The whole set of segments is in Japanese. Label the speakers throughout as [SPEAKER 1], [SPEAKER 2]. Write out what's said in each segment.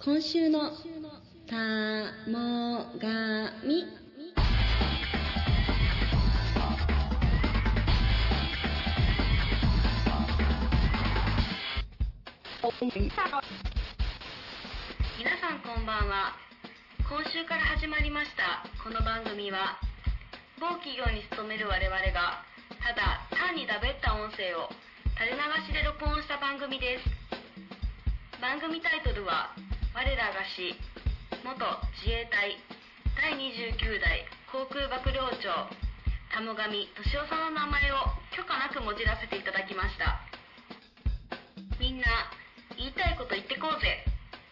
[SPEAKER 1] 今週のたもがみ皆さんこんばんは今週から始まりましたこの番組は某企業に勤める我々がただ単にだべった音声を垂れ流しで録音した番組です番組タイトルは「我らが死元自衛隊第29代航空幕僚長田母神俊夫さんの名前を許可なくもじらせていただきましたみんな言いたいこと言ってこうぜ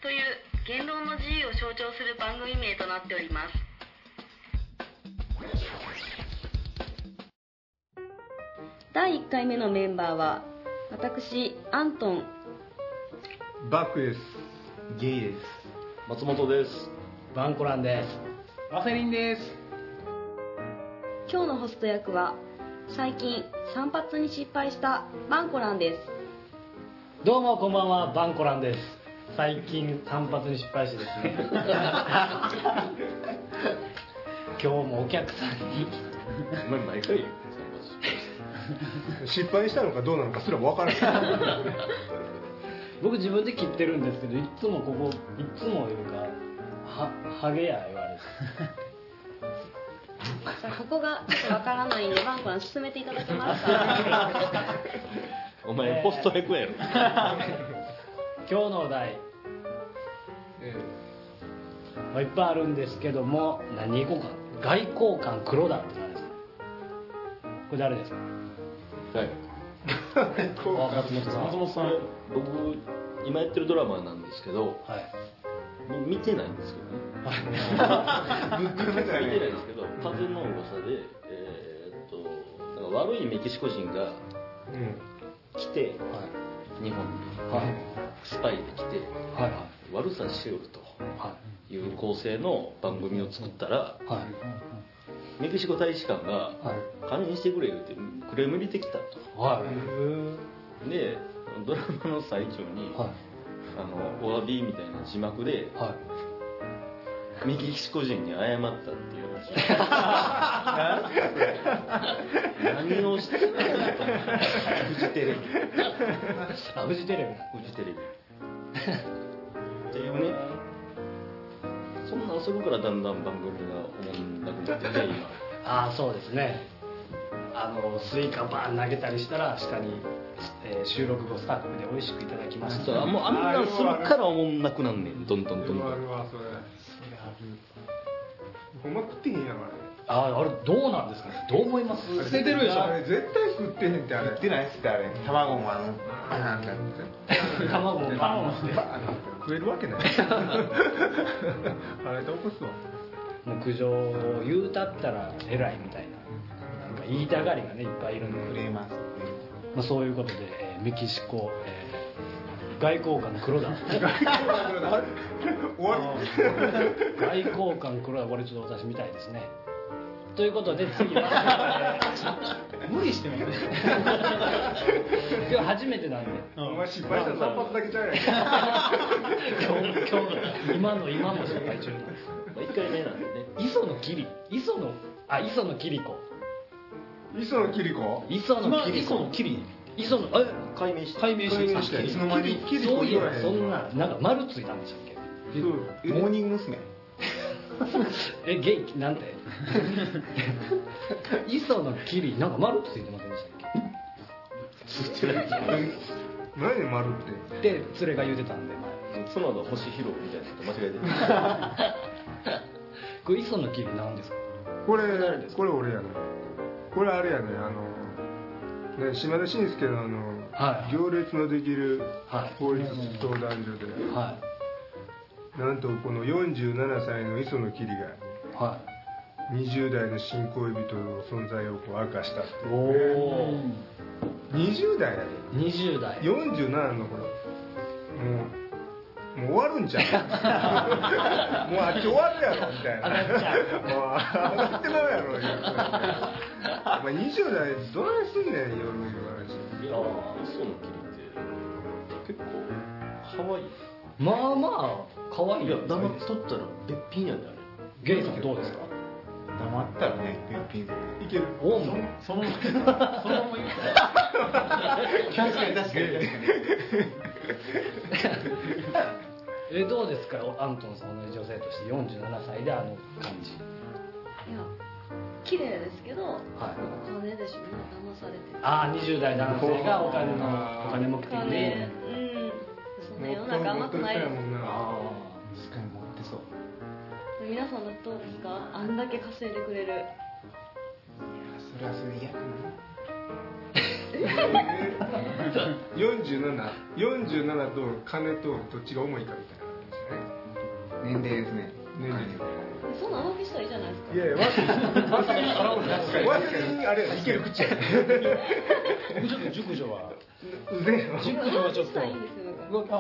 [SPEAKER 1] という言論の自由を象徴する番組名となっております第1回目のメンバーは私アントン
[SPEAKER 2] バックです。ゲイです。松本です。
[SPEAKER 3] バンコランです。ワセリンです。
[SPEAKER 1] 今日のホスト役は最近散髪に失敗したマンコランです
[SPEAKER 3] どうもこんばんは、バンコランです。最近単発に失敗してです ね。今日もお客さんに
[SPEAKER 4] 毎回
[SPEAKER 2] 失敗したのかどうなのかすらも分からない。
[SPEAKER 3] 僕自分で切ってるんですけど、いつもここいつもいうかはハゲや言われて。
[SPEAKER 1] さあここがちょっとわからないんでマンコラン進めていただけますか
[SPEAKER 4] お前ポストヘクやろ
[SPEAKER 3] 今日のお題、まあいっぱいあるんですけども、何行こうか。外交官黒田って誰ですか。これ誰ですか。
[SPEAKER 4] はい
[SPEAKER 3] あ松本さん
[SPEAKER 4] 松本さん僕今やってるドラマなんですけど
[SPEAKER 3] はい。
[SPEAKER 4] み見てないんですけど ね
[SPEAKER 2] ぶっ込め
[SPEAKER 4] 見てないんですけど風の噂でえーっとなんか悪いメキシコ人が来て
[SPEAKER 3] は
[SPEAKER 4] 日本に
[SPEAKER 3] い。
[SPEAKER 4] スパイで来て
[SPEAKER 3] はい。はい。
[SPEAKER 4] 悪さしよると
[SPEAKER 3] は
[SPEAKER 4] いう構成の番組を作ったら
[SPEAKER 3] い。はい。
[SPEAKER 4] メキシコ大使館が
[SPEAKER 3] はい。
[SPEAKER 4] 金にしてくれ言うてクレーム入れてきたと
[SPEAKER 3] はい。
[SPEAKER 4] でドラマの最中に、
[SPEAKER 3] は
[SPEAKER 4] あのお詫びみたいな字幕で
[SPEAKER 3] い。はい。
[SPEAKER 4] メキシコ人に謝ったっていう話何をしてるのフジテレビ
[SPEAKER 3] あ、フジテレビだ。
[SPEAKER 4] フジテレビっていうねそんなんそこからだんだん番組がおもんなくなってて今
[SPEAKER 3] ああ、そうですね。あの、スイカバーン投げたりしたら、下に、えー収録後スタッフで美味しくいただきました。
[SPEAKER 4] そうもうあんなんするからおもんなくなんねんどんどんどんどん
[SPEAKER 2] わ、それ。ほんま食ってへんやろ、あれ。
[SPEAKER 3] ああ、あれ、どうなんですかね。どう思います。
[SPEAKER 2] 捨ててるでしょ。あれ、絶対食ってへんって、あれ。食ってないっすって、あれ。卵もあの、バーンってやって
[SPEAKER 3] 卵もバーンって
[SPEAKER 2] バーンって食えるわけない。あれ、どこっすわ。
[SPEAKER 3] もう苦情を言うたったら、偉いみたいな。なんか言いたがりがね、いっぱいいるんで。
[SPEAKER 2] ーマー
[SPEAKER 3] まあ、そういうことで、えーメキシコ、えー外交官黒田
[SPEAKER 2] 終わ
[SPEAKER 3] 外交官黒田これちょっと私みたいですねということで次は 無理してもいい 今日初めてなんで
[SPEAKER 2] り。お前失敗したら散髪だけち ゃうやん。
[SPEAKER 3] 今日今日の今の今も失敗中なんです
[SPEAKER 4] まあ一回目なんでね
[SPEAKER 3] 磯野キリ磯野あ磯野キリコ
[SPEAKER 2] 磯野キリコ
[SPEAKER 3] 磯野キリコ磯野キリ磯野え
[SPEAKER 4] 解明して
[SPEAKER 3] 解明してきました
[SPEAKER 2] いつの間にキリコ
[SPEAKER 3] そういえば
[SPEAKER 2] 言
[SPEAKER 3] そ
[SPEAKER 2] わへん
[SPEAKER 3] ん
[SPEAKER 2] わ
[SPEAKER 3] ななんか丸ついたんでしたっけ
[SPEAKER 2] モーニング娘。
[SPEAKER 3] え元気なん て磯野キリなんか丸ついてませんでしたっ
[SPEAKER 2] 何で丸って。
[SPEAKER 3] けで連れが言うてたんで前
[SPEAKER 4] 角田星弘みたいなこと間違えてる
[SPEAKER 3] これ磯野キリなんですか
[SPEAKER 2] これ
[SPEAKER 4] 誰ですか
[SPEAKER 2] これ俺やねこれあれやねあのね島田紳介のあの、
[SPEAKER 3] はい
[SPEAKER 2] 行列のできる
[SPEAKER 3] はい
[SPEAKER 2] 法律相談所で、
[SPEAKER 3] は
[SPEAKER 2] なんとこの47歳の磯野桐が
[SPEAKER 3] いは
[SPEAKER 2] 20代の新恋人の存在をこう明かしたって
[SPEAKER 3] い
[SPEAKER 2] いう
[SPEAKER 3] おお
[SPEAKER 2] 20代やね
[SPEAKER 3] 20代
[SPEAKER 2] 47の頃もうもう終わるんちゃう もうあっち終わるやろみたいな
[SPEAKER 3] 上がっちゃう
[SPEAKER 2] もう上がってまうやろ言うてお前20代どないすんねん夜いう話
[SPEAKER 4] いやー、嘘の霧って結構ハワイ
[SPEAKER 3] まあまあ可愛い
[SPEAKER 4] いや黙っとったらべっぴんやであれ
[SPEAKER 3] ゲイさんどうですか
[SPEAKER 2] 黙ったらねピンピンい ける
[SPEAKER 3] オウム
[SPEAKER 5] その、そのまま言う
[SPEAKER 2] 確 かに確かに確かに
[SPEAKER 3] えどうですかアントンさん同じ女性として47歳であの感じ
[SPEAKER 1] いや綺麗ですけど、
[SPEAKER 3] はい
[SPEAKER 1] お金でしょみんな騙されてる
[SPEAKER 3] ああ20代男性がお金のお金目
[SPEAKER 1] お
[SPEAKER 3] 的
[SPEAKER 1] 金
[SPEAKER 3] で
[SPEAKER 1] うんそんな世の中甘くないです
[SPEAKER 3] あ
[SPEAKER 2] 確かに持ってそう
[SPEAKER 1] 皆さんだってどうですかあんだけ稼いでくれる
[SPEAKER 2] それはそれ嫌かな 47, 47と金とどっちが重いかみたいな
[SPEAKER 6] 年齢ですね
[SPEAKER 2] 年齢ですね
[SPEAKER 1] そんな甘くしたらいいじゃないですか
[SPEAKER 2] いやいや、ワセリン洗うの確かに。ワセリンあれやいける口やね。
[SPEAKER 5] な。ちょっと熟女は。
[SPEAKER 2] うぜえな
[SPEAKER 5] 熟女は
[SPEAKER 1] 甘
[SPEAKER 5] ちょ
[SPEAKER 1] く
[SPEAKER 5] っ
[SPEAKER 1] し
[SPEAKER 5] と
[SPEAKER 1] たらいいんですよだ
[SPEAKER 5] 浮
[SPEAKER 1] から
[SPEAKER 5] 気あ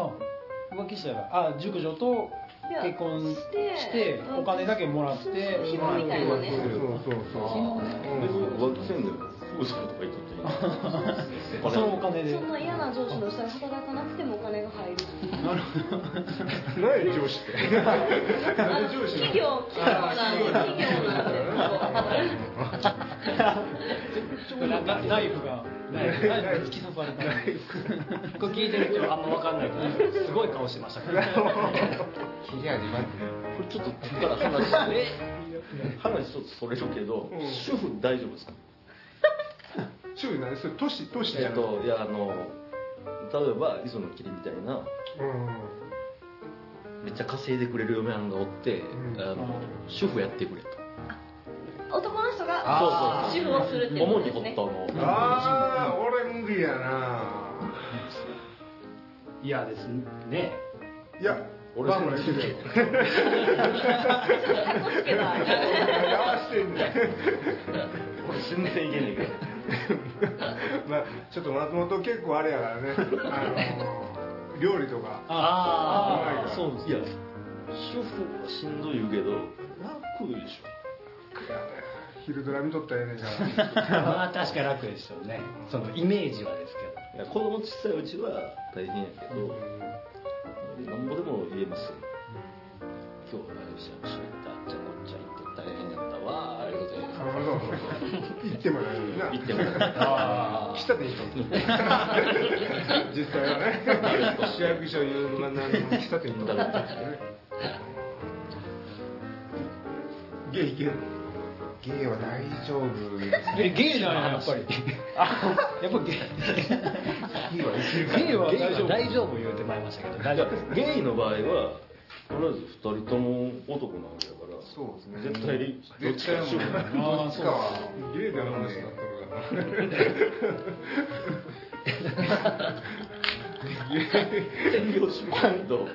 [SPEAKER 5] 浮気したらあ熟女と
[SPEAKER 1] いや
[SPEAKER 5] 結婚し
[SPEAKER 1] して
[SPEAKER 5] てお金だけもらって
[SPEAKER 1] そうそう紐みたいなね
[SPEAKER 2] そうそうそう。
[SPEAKER 4] 別に浮気せんでも嘘とか言っとったらいい
[SPEAKER 5] そのお金で
[SPEAKER 1] そんな嫌な上司の下で働かなくてもお金が入る
[SPEAKER 2] 何や上司って。
[SPEAKER 1] あの企業企業なんで企業なんで
[SPEAKER 5] ななナイフがナイフが突き刺された
[SPEAKER 3] これ聞いてる人はあんま分かんないけどすごい顔してましたから
[SPEAKER 6] 切り味まず
[SPEAKER 4] これちょっとここから話で話ちょっとそれるけど、
[SPEAKER 2] うん
[SPEAKER 4] 主婦大丈夫ですか
[SPEAKER 2] 中何それ都市都市じ
[SPEAKER 4] え
[SPEAKER 2] ゃ
[SPEAKER 4] っ
[SPEAKER 2] ん。
[SPEAKER 4] といやあの例えば磯野霧みたいな
[SPEAKER 2] うん。
[SPEAKER 4] めっちゃ稼いでくれる嫁はんがおって、
[SPEAKER 2] ん
[SPEAKER 4] あの主婦やってくれと
[SPEAKER 1] 男の人が
[SPEAKER 4] あ
[SPEAKER 1] 主婦をするっていうこ
[SPEAKER 4] 主
[SPEAKER 1] と
[SPEAKER 4] に
[SPEAKER 1] です
[SPEAKER 4] 夫
[SPEAKER 1] ね
[SPEAKER 4] の
[SPEAKER 2] ああ、俺無理やな。
[SPEAKER 3] 嫌ですね
[SPEAKER 2] いや、
[SPEAKER 4] 俺
[SPEAKER 2] バンバンしてるよ。
[SPEAKER 1] タコつけた
[SPEAKER 2] 合わしてんね
[SPEAKER 4] 俺全然いけねえから
[SPEAKER 2] まあちょっと松本結構あれやからね。あの料理とか。
[SPEAKER 5] ああ
[SPEAKER 2] あ
[SPEAKER 5] そうです
[SPEAKER 4] いや主婦はしんどい言うけど楽でし
[SPEAKER 2] 昼ドラ見とったらええねんから。
[SPEAKER 3] まあ確かに楽でしたよねそのイメージはですけ
[SPEAKER 4] ょいや子供小さいうちは大変やけど、なんぼでも言えますよ今日あれしゃしゃったあっちゃこっちゃ行って大変やったわあありがとうござい
[SPEAKER 2] あ
[SPEAKER 4] ま
[SPEAKER 2] の行ってもらえるな。
[SPEAKER 4] す行ってもらっ
[SPEAKER 3] どあ
[SPEAKER 2] 喫茶店行ったんですよ実際は ね市役所いうのなんの喫茶店行ったんですよねゲイいける
[SPEAKER 6] ゲイは大丈夫ですね
[SPEAKER 5] えゲイなんややっぱりあやっぱゲイ
[SPEAKER 6] ゲイはいける
[SPEAKER 5] ゲイは
[SPEAKER 3] あ
[SPEAKER 5] 大丈夫
[SPEAKER 3] 大丈夫言うてまいりましたけど大丈夫です
[SPEAKER 4] たゲイの場合はとりあえず2人とも男なわけだから
[SPEAKER 6] そうですね
[SPEAKER 4] 絶対どっ
[SPEAKER 6] 絶
[SPEAKER 4] ちか
[SPEAKER 6] 対
[SPEAKER 4] にしよう
[SPEAKER 6] もうどっちかは
[SPEAKER 2] ゲイで話になったのかな
[SPEAKER 4] 専業主婦ないと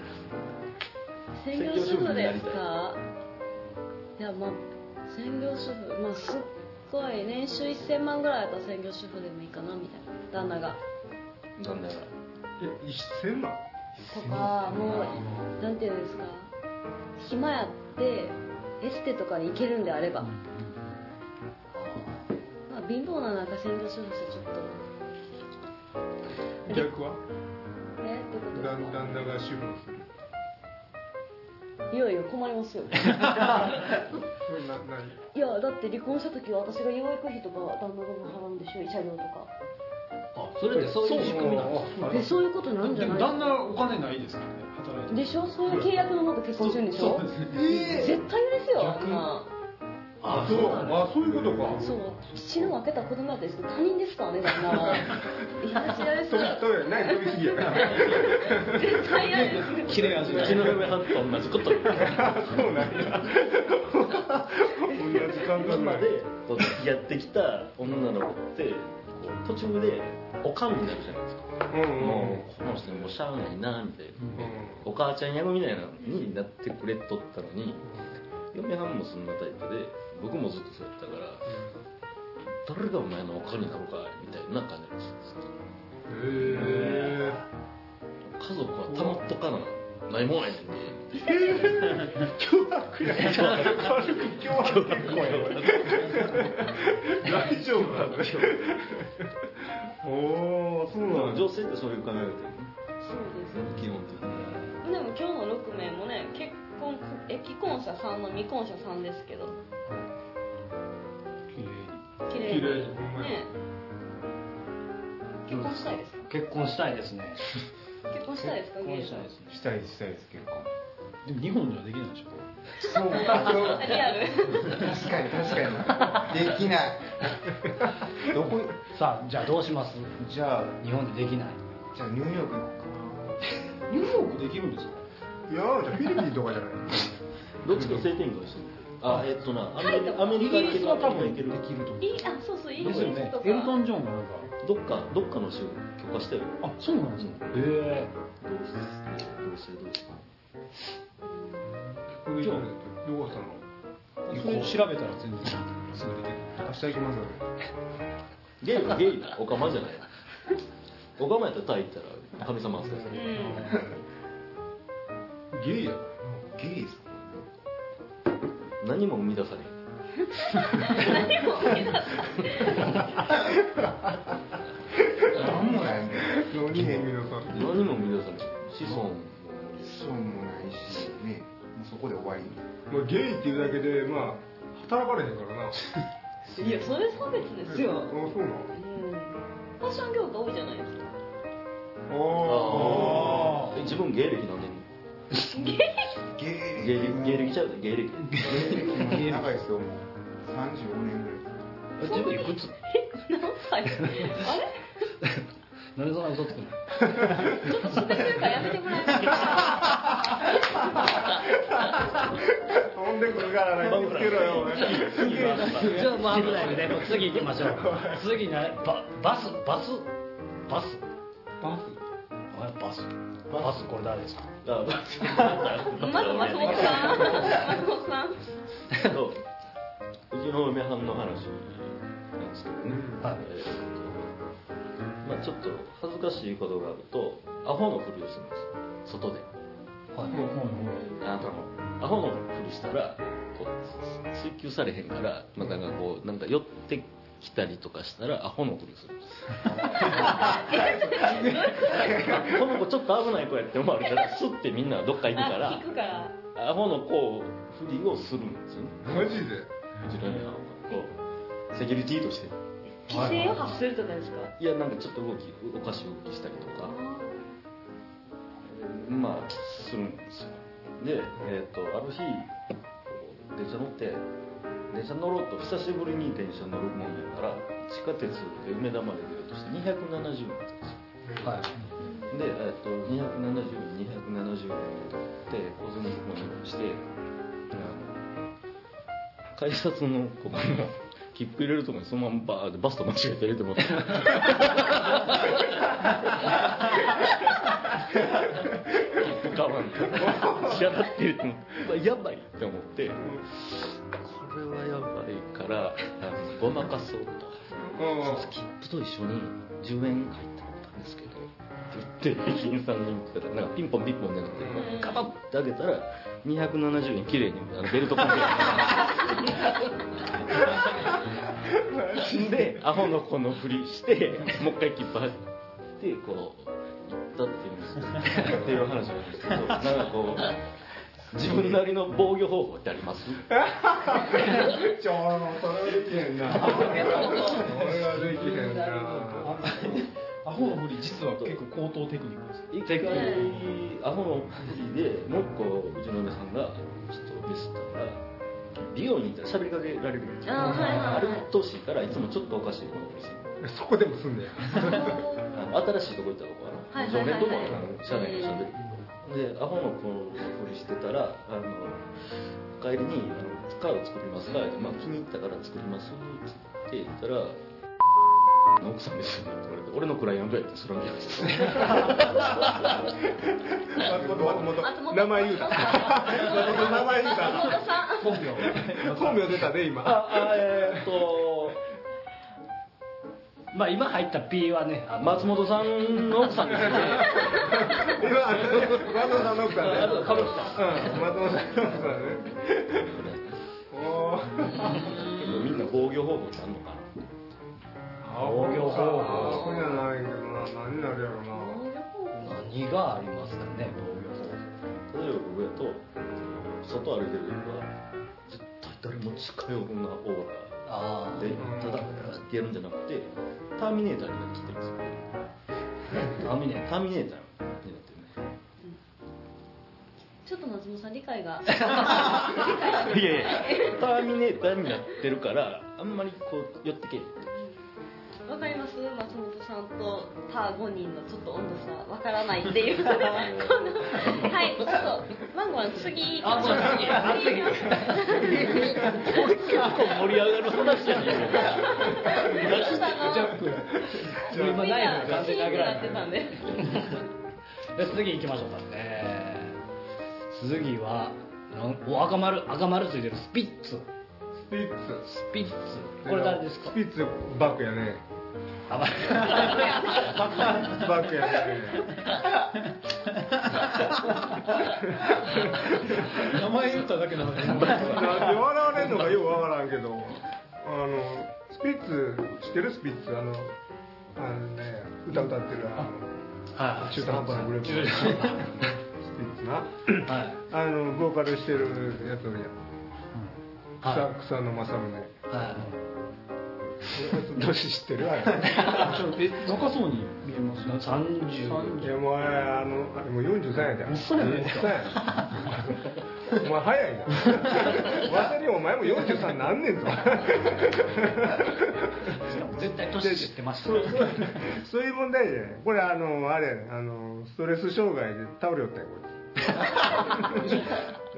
[SPEAKER 1] 専業主婦ですかいやまあ専業主婦まあすっごい年収1000万ぐらいだったら専業主婦でもいいかなみたいな旦那が
[SPEAKER 4] なんだか
[SPEAKER 2] え1000万
[SPEAKER 1] とかもうなんていうんですか暇やってエステとかに行けるんであれば、まあ、貧乏な中専業主婦ってちょっと
[SPEAKER 2] 逆は
[SPEAKER 1] えってことで
[SPEAKER 2] だ
[SPEAKER 1] す
[SPEAKER 2] んだ
[SPEAKER 1] か
[SPEAKER 2] んだが主婦をする
[SPEAKER 1] いやいや困り ますよ
[SPEAKER 2] それな何
[SPEAKER 1] いやだって離婚した時は私が養育費とか旦那が払うんでしょ慰謝料とか
[SPEAKER 3] それでそういう仕組みなんです
[SPEAKER 1] でそういうことなんじ
[SPEAKER 5] で
[SPEAKER 1] ゃな
[SPEAKER 5] も
[SPEAKER 1] い
[SPEAKER 5] 旦那お金ないですからね働いて
[SPEAKER 1] でしょそういう契約のもと結婚してるんでしょ
[SPEAKER 5] そうですね
[SPEAKER 1] 絶対ですよあんな
[SPEAKER 2] あそうあそういうことか
[SPEAKER 1] そう死ぬ分けた子供だったりして他人ですからね旦那はいや嫌です
[SPEAKER 2] 飛び飛びない飛びすぎやな
[SPEAKER 1] 絶対嫌です
[SPEAKER 5] 切れ味
[SPEAKER 4] らうちの嫁はんと同じこと
[SPEAKER 2] そうなんや同じ感
[SPEAKER 4] 今
[SPEAKER 2] 覚
[SPEAKER 4] ま
[SPEAKER 2] な
[SPEAKER 4] で
[SPEAKER 2] んや
[SPEAKER 4] こう付き合ってきた女の子ってこう途中でおかんになるじゃないですか、
[SPEAKER 2] うんうんうん
[SPEAKER 4] もうこの人もうしゃあないなみたいな、
[SPEAKER 2] うん
[SPEAKER 4] お母ちゃん役みたいなのになってくれとったのに嫁はんもそんなタイプで僕もずっとそうやったから誰がお前のおかんになるかみたいな感じなんですよ
[SPEAKER 2] へ
[SPEAKER 4] 家族はたまっとかなないもんやねんで
[SPEAKER 2] 軽く今日は結構やばい大丈夫なんだよおおそうなんだ
[SPEAKER 4] 女性ってそういう考え方やね
[SPEAKER 1] そうです
[SPEAKER 4] 基本的に
[SPEAKER 1] でも今日の6名もね結婚え既婚者さんの未婚者さんですけど綺麗
[SPEAKER 4] 綺麗
[SPEAKER 1] に
[SPEAKER 4] に
[SPEAKER 1] ね結婚したいですか
[SPEAKER 3] 結婚したいですね
[SPEAKER 1] 結婚したいですか
[SPEAKER 5] 結
[SPEAKER 1] ゲ
[SPEAKER 5] 婚
[SPEAKER 1] イ
[SPEAKER 5] したい
[SPEAKER 1] さん
[SPEAKER 5] ですね
[SPEAKER 6] したいしたいです結構
[SPEAKER 5] でも日本ではできないでしょ
[SPEAKER 6] そう
[SPEAKER 1] あリアル
[SPEAKER 6] 確かに確かにできないどこ
[SPEAKER 3] さあじゃあどうします
[SPEAKER 6] じゃあ
[SPEAKER 3] 日本でできない
[SPEAKER 6] じゃあニューヨーク行こ
[SPEAKER 5] ニューヨークできるんですか
[SPEAKER 2] いやーじゃあフィリピンとかじゃない
[SPEAKER 4] どっちか性転換してみるあえっとなアメリカアメリカ
[SPEAKER 5] イギリ
[SPEAKER 4] 行け
[SPEAKER 5] ス
[SPEAKER 4] る
[SPEAKER 5] は多分
[SPEAKER 4] 行ける
[SPEAKER 5] できると思う
[SPEAKER 1] いいあそうそうイギリスとか
[SPEAKER 5] エルトン・ジョンがなんか
[SPEAKER 4] どっかどっかの州許可したよ
[SPEAKER 5] あそうなんですかへ
[SPEAKER 4] どうしてどうしてどうして
[SPEAKER 2] 今日どこしたの
[SPEAKER 5] えそれ調べたら全然すぐできる
[SPEAKER 2] 明日行きますよね
[SPEAKER 4] ゲイはゲイだオカマじゃないオカマやったらタイ行ったら神様扱いさ
[SPEAKER 1] う
[SPEAKER 4] れる
[SPEAKER 1] ん
[SPEAKER 2] ゲイや
[SPEAKER 6] うゲイです
[SPEAKER 4] 何も生み出されん
[SPEAKER 6] なんもないんだよ
[SPEAKER 2] 何変皆さん
[SPEAKER 4] 何も生み出されん子孫も
[SPEAKER 6] そうもないしねもうそこで終わり
[SPEAKER 2] まあゲイっていうだけでまあ働かれへんからなあ
[SPEAKER 1] いやそれ差別ですよ、うん、
[SPEAKER 2] そうなの
[SPEAKER 1] ファッション業界多いじゃないですか
[SPEAKER 2] あ
[SPEAKER 4] え自分芸歴何年
[SPEAKER 6] ゲイ
[SPEAKER 4] 芸歴芸歴ちゃうで芸歴
[SPEAKER 6] 芸歴も長いですよもう35年ぐらい
[SPEAKER 4] え自分いくつ
[SPEAKER 1] え何歳あれ
[SPEAKER 3] なでそんな嘘つくの
[SPEAKER 1] ちょっと喋ってるからやめてもらえますか
[SPEAKER 2] あ飛んでくるからな気をつけろよ
[SPEAKER 3] じゃあもう危ないんでもう次行きましょう次なババスバスバス
[SPEAKER 2] バ
[SPEAKER 3] お前バスバスこれ誰ですか
[SPEAKER 4] あま
[SPEAKER 1] まず松本さん松本さん
[SPEAKER 4] そううちの嫁はんの話なんですけどね、
[SPEAKER 3] はい
[SPEAKER 4] えーまあ、ちょっと恥ずかしいことがあるとアホのふりをするんです外で
[SPEAKER 3] はい
[SPEAKER 4] あなたもアホのふりしたらこう追求されへんから、まあ、なんかこうなんか寄ってきたりとかしたらアホのふりするんです この子ちょっと危ない子やって思われたらスッてみんなどっか行くか
[SPEAKER 1] あ
[SPEAKER 4] ら
[SPEAKER 1] 聞くから
[SPEAKER 4] アホの子をふりをするんですよね
[SPEAKER 2] マジで
[SPEAKER 4] うちの嫁はんはこうセキュリティとして
[SPEAKER 1] 規制を発するとかですか
[SPEAKER 4] いやなんかちょっと動きおかしい動きしたりとかまあするんですよでえっ、とある日電車乗って電車乗ろうと久しぶりに電車乗るもんやから地下鉄で梅田まで出ようとして270円だったんですよ
[SPEAKER 3] はい
[SPEAKER 4] で、えっと、270円、270円で、小銭のとこにして、あの改札のここの切符入れるとこにそのままバーってバスと間違えて入れてもらった。切符買わん支払って入れてもらったやばいって思って、これはやばいから、あのごまかそうと。切符と一緒に10円入ってもらったんですけどって言って駅員さんに言ったらなんかピンポンピンポンじゃなくて
[SPEAKER 1] うん
[SPEAKER 4] ガバッて開けたら270円綺麗にあのベルトコンベヤーでアホの子のふりしてもう一回切符入ってこう行ったっていうんですよっていう話なんですけどなんかこう自分なりの防御方法ってあります
[SPEAKER 2] ちょーそれはできへんなそれはできへんな
[SPEAKER 5] アホのふり実は結構高等テクニックです
[SPEAKER 4] 一回アホの感じでもう一個うちの嫁さんがちょっとミスったから美容に行ったら喋りかけられるんですよ
[SPEAKER 1] あーはいはいはい
[SPEAKER 4] あれ鬱陶しいからいつもちょっとおかしいものを見せる
[SPEAKER 2] そこでもすんねや
[SPEAKER 4] あの新しいとこ行ったとこか
[SPEAKER 1] はい
[SPEAKER 4] な
[SPEAKER 1] はいはい
[SPEAKER 4] 常
[SPEAKER 1] はい
[SPEAKER 4] 連とかなの社内のしゃべるでアホの子のふりしてたらあの帰りにあの「カード作りますか?」って、まあ、気に入ったから作ります」って言った ら「の奥さんですよね」って言われて「俺のクライアントやってそれを見やすい」
[SPEAKER 2] 松本松
[SPEAKER 1] 松本
[SPEAKER 2] 本名前言うた松本名前言うた
[SPEAKER 5] 本名
[SPEAKER 2] 本名出たね今
[SPEAKER 4] ああえーっと
[SPEAKER 3] まあ今入った P はねあ
[SPEAKER 4] 松本さんの奥さんですね。
[SPEAKER 2] 今松本さんの奥さんね
[SPEAKER 4] あと、歌舞伎さ
[SPEAKER 2] うん松本さんの奥さんねおー
[SPEAKER 4] ん。みんな防御方法ってあんのか
[SPEAKER 3] 防御方
[SPEAKER 2] あ
[SPEAKER 3] 法
[SPEAKER 2] そこじゃないけどな何になるやろな
[SPEAKER 3] 何がありますかね防御方法
[SPEAKER 4] な。だと外歩いてる時は絶対誰も近寄るなオー
[SPEAKER 3] あ
[SPEAKER 4] ラ
[SPEAKER 3] あ
[SPEAKER 4] でただってやるんじゃなくてターミネーターになってきてるんですよ
[SPEAKER 3] ターミネーター
[SPEAKER 4] ターミネーターになってるね
[SPEAKER 1] ちょっと松本さん理解が
[SPEAKER 4] いやいや、ターミネーターになってるから、あんまりこう寄ってけえへん。
[SPEAKER 1] わかります松本さんと他5人のちょっと温度差わからないっていうこのはいちょっとマンゴーの次
[SPEAKER 3] あそうだ
[SPEAKER 1] 次行きましょう
[SPEAKER 4] 結構盛り上がる話やねん。
[SPEAKER 1] ちょっとあの
[SPEAKER 3] ジャンプ
[SPEAKER 1] みん
[SPEAKER 3] 今ナイフが
[SPEAKER 1] な
[SPEAKER 3] 完
[SPEAKER 1] キー
[SPEAKER 3] 全に
[SPEAKER 1] ンに
[SPEAKER 3] 投げ
[SPEAKER 1] な
[SPEAKER 3] ら
[SPEAKER 1] って
[SPEAKER 3] れ
[SPEAKER 1] たんで
[SPEAKER 3] で次行きましょうかえー次はなんお赤丸赤丸ついてるスピッツ
[SPEAKER 2] スピッツ
[SPEAKER 3] スピッツこれ誰ですか
[SPEAKER 2] スピッツバックやね
[SPEAKER 3] あま
[SPEAKER 2] バックやね
[SPEAKER 5] 名前言っただけなの に
[SPEAKER 2] なんで笑われんのかようわからんけどあのスピッツ知ってるスピッツあのあのね歌歌ってるあの
[SPEAKER 3] はい
[SPEAKER 2] 中途半端なグループ
[SPEAKER 3] 中途半
[SPEAKER 2] スピッツな
[SPEAKER 3] 端はい
[SPEAKER 2] あのボーカルしてるやつおるやん
[SPEAKER 3] はい
[SPEAKER 2] 草草野正 宗
[SPEAKER 3] はい
[SPEAKER 2] 年知ってるわよ。
[SPEAKER 5] え若そうに見えます
[SPEAKER 3] な30
[SPEAKER 2] いやもうあのあれもう43やで。おっ
[SPEAKER 5] さんやね
[SPEAKER 2] お前早いな。 わさにお前も43なんねんぞ。
[SPEAKER 3] しかも絶対年知ってましたね
[SPEAKER 2] そういう問題じゃない。これあのあれやねあのストレス障害で倒れよったよこれ。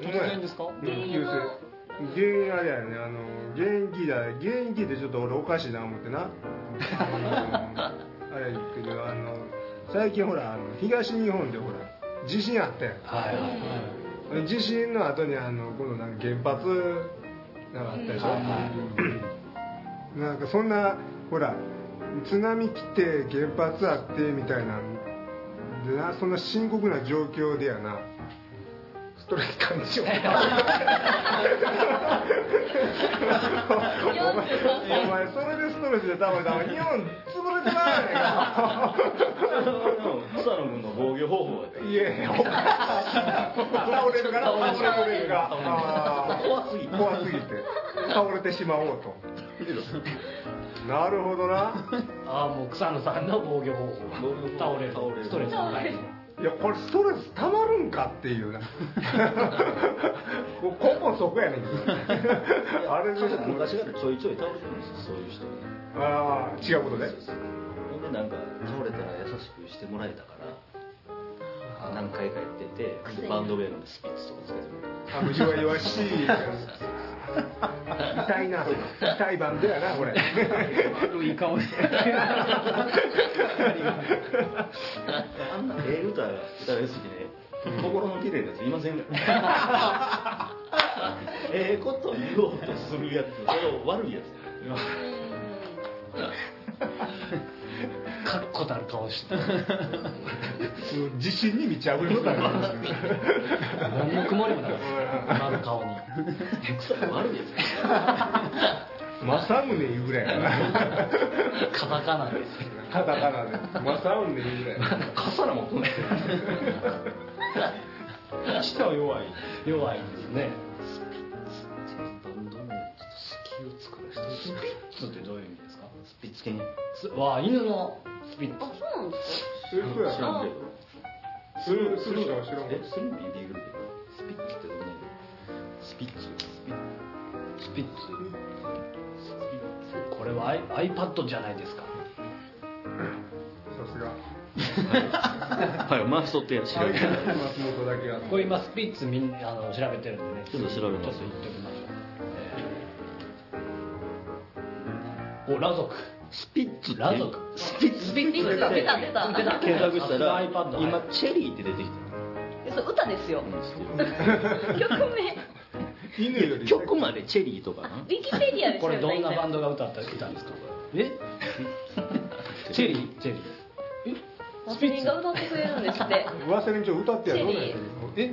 [SPEAKER 5] 突然ですか
[SPEAKER 2] うん急性原因あれやねあの原因聞いたら原因聞いてちょっと俺おかしいな思ってなあのあれやけどあの最近ほらあの東日本でほら地震あったやん
[SPEAKER 3] はいはいはい
[SPEAKER 2] 地震の後にあのこのなんか原発なんかあったでしょ、なんかそんなほら津波来て原発あってみたいなでなそんな深刻な状況でやな ストレス感じようお前お前それでストレスで多分多分日本潰れてまうやないか
[SPEAKER 4] ムサノムの防御方法やで。
[SPEAKER 2] いやいや、倒れる から、倒れるから、あー
[SPEAKER 4] 怖すぎて
[SPEAKER 2] 怖 すぎて、倒れてしまおうと。なるほどな。
[SPEAKER 3] ああもう草野さんの防御方法
[SPEAKER 4] 防御方法
[SPEAKER 3] 倒れる
[SPEAKER 4] 倒れる
[SPEAKER 3] ストレスのない
[SPEAKER 2] いや、これストレスたまるんかっていうな。こ根本そこやねんけど。 あれで
[SPEAKER 4] 昔からちょいちょい倒れてるんですよ、そういう人が。
[SPEAKER 2] ああ、違うことね。
[SPEAKER 4] ほんでなんか倒れたら優しくしてもらえたから何回かやっててでバンドウェイのスピッツとかつけてもらっ
[SPEAKER 2] あの弱々しい。痛いな、痛いバンドやな、これ。
[SPEAKER 5] 悪い顔して
[SPEAKER 4] て あんなええ歌が歌いすぎね心の綺麗なやついま せんよええこと言おうとするやつそれを悪いやつ
[SPEAKER 3] 確固たる顔して
[SPEAKER 2] 自信に満ち溢れとったから。
[SPEAKER 3] 何の曇りもなかった今の顔に
[SPEAKER 4] 草が悪いやつ
[SPEAKER 2] 正宗言うぐらいやな。
[SPEAKER 3] カタカナで
[SPEAKER 2] カタカナで正宗言うぐらいやな。
[SPEAKER 4] 傘なもんない
[SPEAKER 5] 舌は弱い
[SPEAKER 3] 弱いんですね
[SPEAKER 4] バンドウェイちょっと隙を作る人
[SPEAKER 3] スピッツってどういう意味ですか
[SPEAKER 4] スピッツ系に
[SPEAKER 3] すわあ犬のスピッツ
[SPEAKER 1] あそうなんですか
[SPEAKER 2] そういうことや
[SPEAKER 4] 知らんけど
[SPEAKER 2] するするか知らん
[SPEAKER 4] え、スリーピーでいるんだけど、スピッツってどんな意味スピッツスピッツスピッツ
[SPEAKER 3] これは I- iPad じゃないですか
[SPEAKER 2] さすが
[SPEAKER 4] はい、マストってやつ。
[SPEAKER 2] 相変わらず松本だけが
[SPEAKER 3] これ今スピッツみんなあの調べてるんでね
[SPEAKER 4] ちょっと調べます
[SPEAKER 3] ちょっと言っておきましょう、えーおラ族
[SPEAKER 4] スピッツって
[SPEAKER 3] ラ族
[SPEAKER 4] スピッツ
[SPEAKER 1] スピッツ出た出た出た
[SPEAKER 4] 出た検索したら、
[SPEAKER 3] さすが iPad
[SPEAKER 4] 今、チェリーって出てき
[SPEAKER 1] えそう歌ですよ
[SPEAKER 4] た
[SPEAKER 1] 曲名
[SPEAKER 2] 犬より
[SPEAKER 4] 曲までチェリーとかな
[SPEAKER 1] ウ。ィキペディアで調
[SPEAKER 3] これ
[SPEAKER 1] べた
[SPEAKER 3] ど
[SPEAKER 1] らいい
[SPEAKER 3] ん
[SPEAKER 1] ん
[SPEAKER 3] な
[SPEAKER 1] だ
[SPEAKER 3] バン
[SPEAKER 1] よ
[SPEAKER 3] ドが歌った歌んですかえチェリーチェリー
[SPEAKER 1] 松人が歌ってくれるんですって
[SPEAKER 2] ワセリンちょ歌ってやろうね
[SPEAKER 5] え